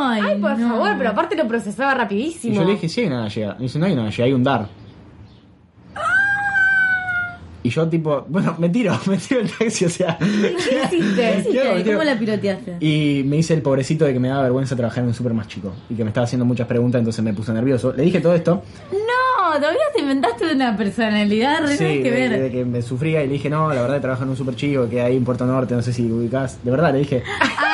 [SPEAKER 2] Ay,
[SPEAKER 1] Ay, por
[SPEAKER 2] no.
[SPEAKER 1] favor, pero aparte lo procesaba
[SPEAKER 3] Y
[SPEAKER 1] rapidísimo.
[SPEAKER 3] yo le dije, sí hay una gallega. Me dice, no hay una gallega, hay un dar. Y yo tipo, bueno, me tiro, me tiro el taxi, o sea...
[SPEAKER 1] ¿Qué hiciste?
[SPEAKER 2] Sí,
[SPEAKER 3] Yo,
[SPEAKER 2] ¿y
[SPEAKER 3] yo-
[SPEAKER 2] ¿Cómo la piloteaste?
[SPEAKER 3] Y me dice el pobrecito de que me daba vergüenza trabajar en un súper más chico. Y que me estaba haciendo muchas preguntas, entonces me puse nervioso. Le dije todo esto.
[SPEAKER 2] No, todavía te inventaste una personalidad, re
[SPEAKER 3] Sí,
[SPEAKER 2] nada que
[SPEAKER 3] de,
[SPEAKER 2] ver.
[SPEAKER 3] de que me sufría y le dije, no, la verdad trabajo en un super chico que hay en Puerto Norte, no sé si ubicás. De verdad le dije.
[SPEAKER 2] Ah.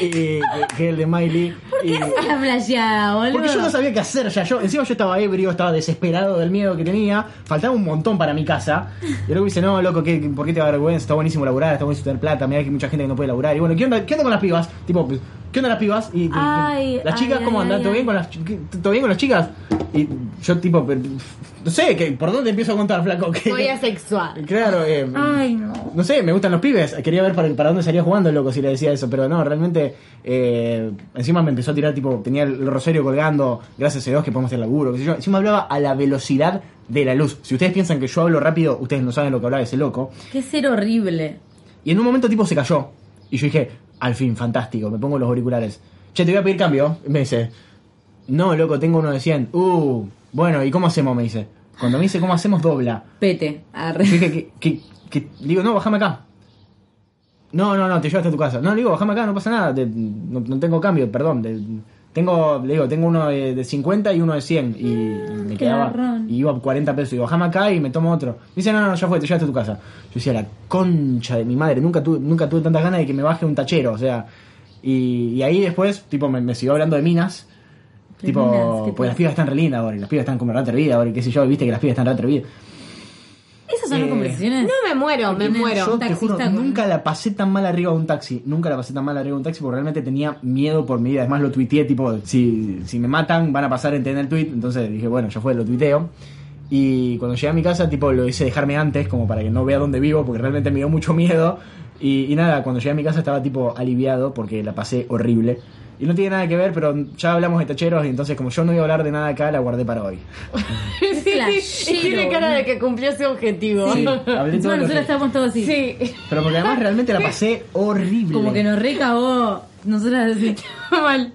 [SPEAKER 3] y que, que el de Miley. Y-
[SPEAKER 2] La flasheada, boludo.
[SPEAKER 3] porque yo no sabía qué hacer ya. Yo, encima yo estaba ebrio, estaba desesperado del miedo que tenía. Faltaba un montón para mi casa. Y luego dice, no, loco, ¿qué, qué- ¿por qué te da vergüenza? Está buenísimo laburar, está buenísimo tener plata. Mira que hay mucha gente que no puede laburar. Y bueno, ¿qué onda, qué onda con las pibas? Tipo, pues, ¿qué onda las pibas? Y, y-
[SPEAKER 2] Ay,
[SPEAKER 3] las
[SPEAKER 2] ay,
[SPEAKER 3] chicas, ¿cómo
[SPEAKER 2] ay,
[SPEAKER 3] andan?
[SPEAKER 2] ay,
[SPEAKER 3] ¿Todo
[SPEAKER 2] ay.
[SPEAKER 3] bien con las chi- qué- todo bien con las chicas? Y yo tipo, pero, no sé, ¿qué- ¿por dónde empiezo a contar, flaco? ¿Qué-
[SPEAKER 1] Soy asexual.
[SPEAKER 3] Claro, eh,
[SPEAKER 2] Ay, no.
[SPEAKER 3] no sé, me gustan los pibes. Quería ver para, para dónde salía jugando el loco si le decía eso, pero no, realmente. eh, encima me empezó a tirar, tipo, tenía el rosario colgando, gracias a Dios que podemos hacer laburo, qué sé yo. Encima hablaba a la velocidad de la luz. Si ustedes piensan que yo hablo rápido, ustedes no saben lo que hablaba ese loco.
[SPEAKER 2] Qué ser horrible.
[SPEAKER 3] Y en un momento, tipo, se cayó. Y yo dije, al fin, fantástico, me pongo los auriculares. Che, te voy a pedir cambio. Me dice, no, loco, tengo uno de 100. Uh, bueno, ¿y cómo hacemos? Me dice. Cuando me dice, ¿cómo hacemos? Dobla.
[SPEAKER 2] Pete. Arre.
[SPEAKER 3] Yo dije que, que- que- le digo, no, bajame acá. No, no, no, te llevo hasta tu casa. No, le digo, bajame acá, no pasa nada. te- no, no tengo cambio, perdón. te- tengo, le digo, tengo uno de, de 50 y uno de 100. Y me
[SPEAKER 2] qué
[SPEAKER 3] quedaba.
[SPEAKER 2] garrón.
[SPEAKER 3] Y iba a 40 pesos. Digo, bajame acá y me tomo otro. Me dice, no, no, no, ya fue, te llevo hasta tu casa. Yo decía, la concha de mi madre. Nunca tuve, nunca tuve tantas ganas de que me baje un tachero. O sea, y, y ahí después, tipo, me, me siguió hablando de minas.
[SPEAKER 2] De
[SPEAKER 3] Tipo,
[SPEAKER 2] minas, ¿qué
[SPEAKER 3] pues
[SPEAKER 2] tal?
[SPEAKER 3] las pibas están re lindas ahora, y las pibas están como re atrevidas ahora, y qué sé yo, viste que las pibas están re atrevidas.
[SPEAKER 2] Eso esas son las
[SPEAKER 3] Eh,
[SPEAKER 2] conversaciones.
[SPEAKER 1] No me muero, me
[SPEAKER 2] Tienen
[SPEAKER 1] muero.
[SPEAKER 3] Yo
[SPEAKER 2] un
[SPEAKER 3] te juro,
[SPEAKER 2] taxista con-
[SPEAKER 3] nunca la pasé tan mal arriba de un taxi. Nunca la pasé tan mal arriba de un taxi porque realmente tenía miedo por mi vida. Además lo tuiteé, tipo, si, si me matan van a pasar en tener el tweet. Entonces dije, bueno, ya fue, lo tuiteo. Y cuando llegué a mi casa, tipo, lo hice dejarme antes, como para que no vea dónde vivo, porque realmente me dio mucho miedo. Y, y nada, cuando llegué a mi casa estaba tipo aliviado porque la pasé horrible. Y no tiene nada que ver, pero ya hablamos de tacheros y entonces como yo no iba a hablar de nada acá, la guardé para hoy.
[SPEAKER 1] Sí, sí, sí, y tiene
[SPEAKER 2] Flashero,
[SPEAKER 1] cara de
[SPEAKER 2] boludo.
[SPEAKER 1] que cumplió ese objetivo.
[SPEAKER 3] Sí, hablé todo
[SPEAKER 2] Encima
[SPEAKER 3] lo
[SPEAKER 2] nosotros
[SPEAKER 3] que-
[SPEAKER 2] estamos todos así.
[SPEAKER 1] Sí.
[SPEAKER 3] Pero porque además realmente la pasé horrible.
[SPEAKER 2] Como que nos recagó. Nosotras así.
[SPEAKER 1] Mal.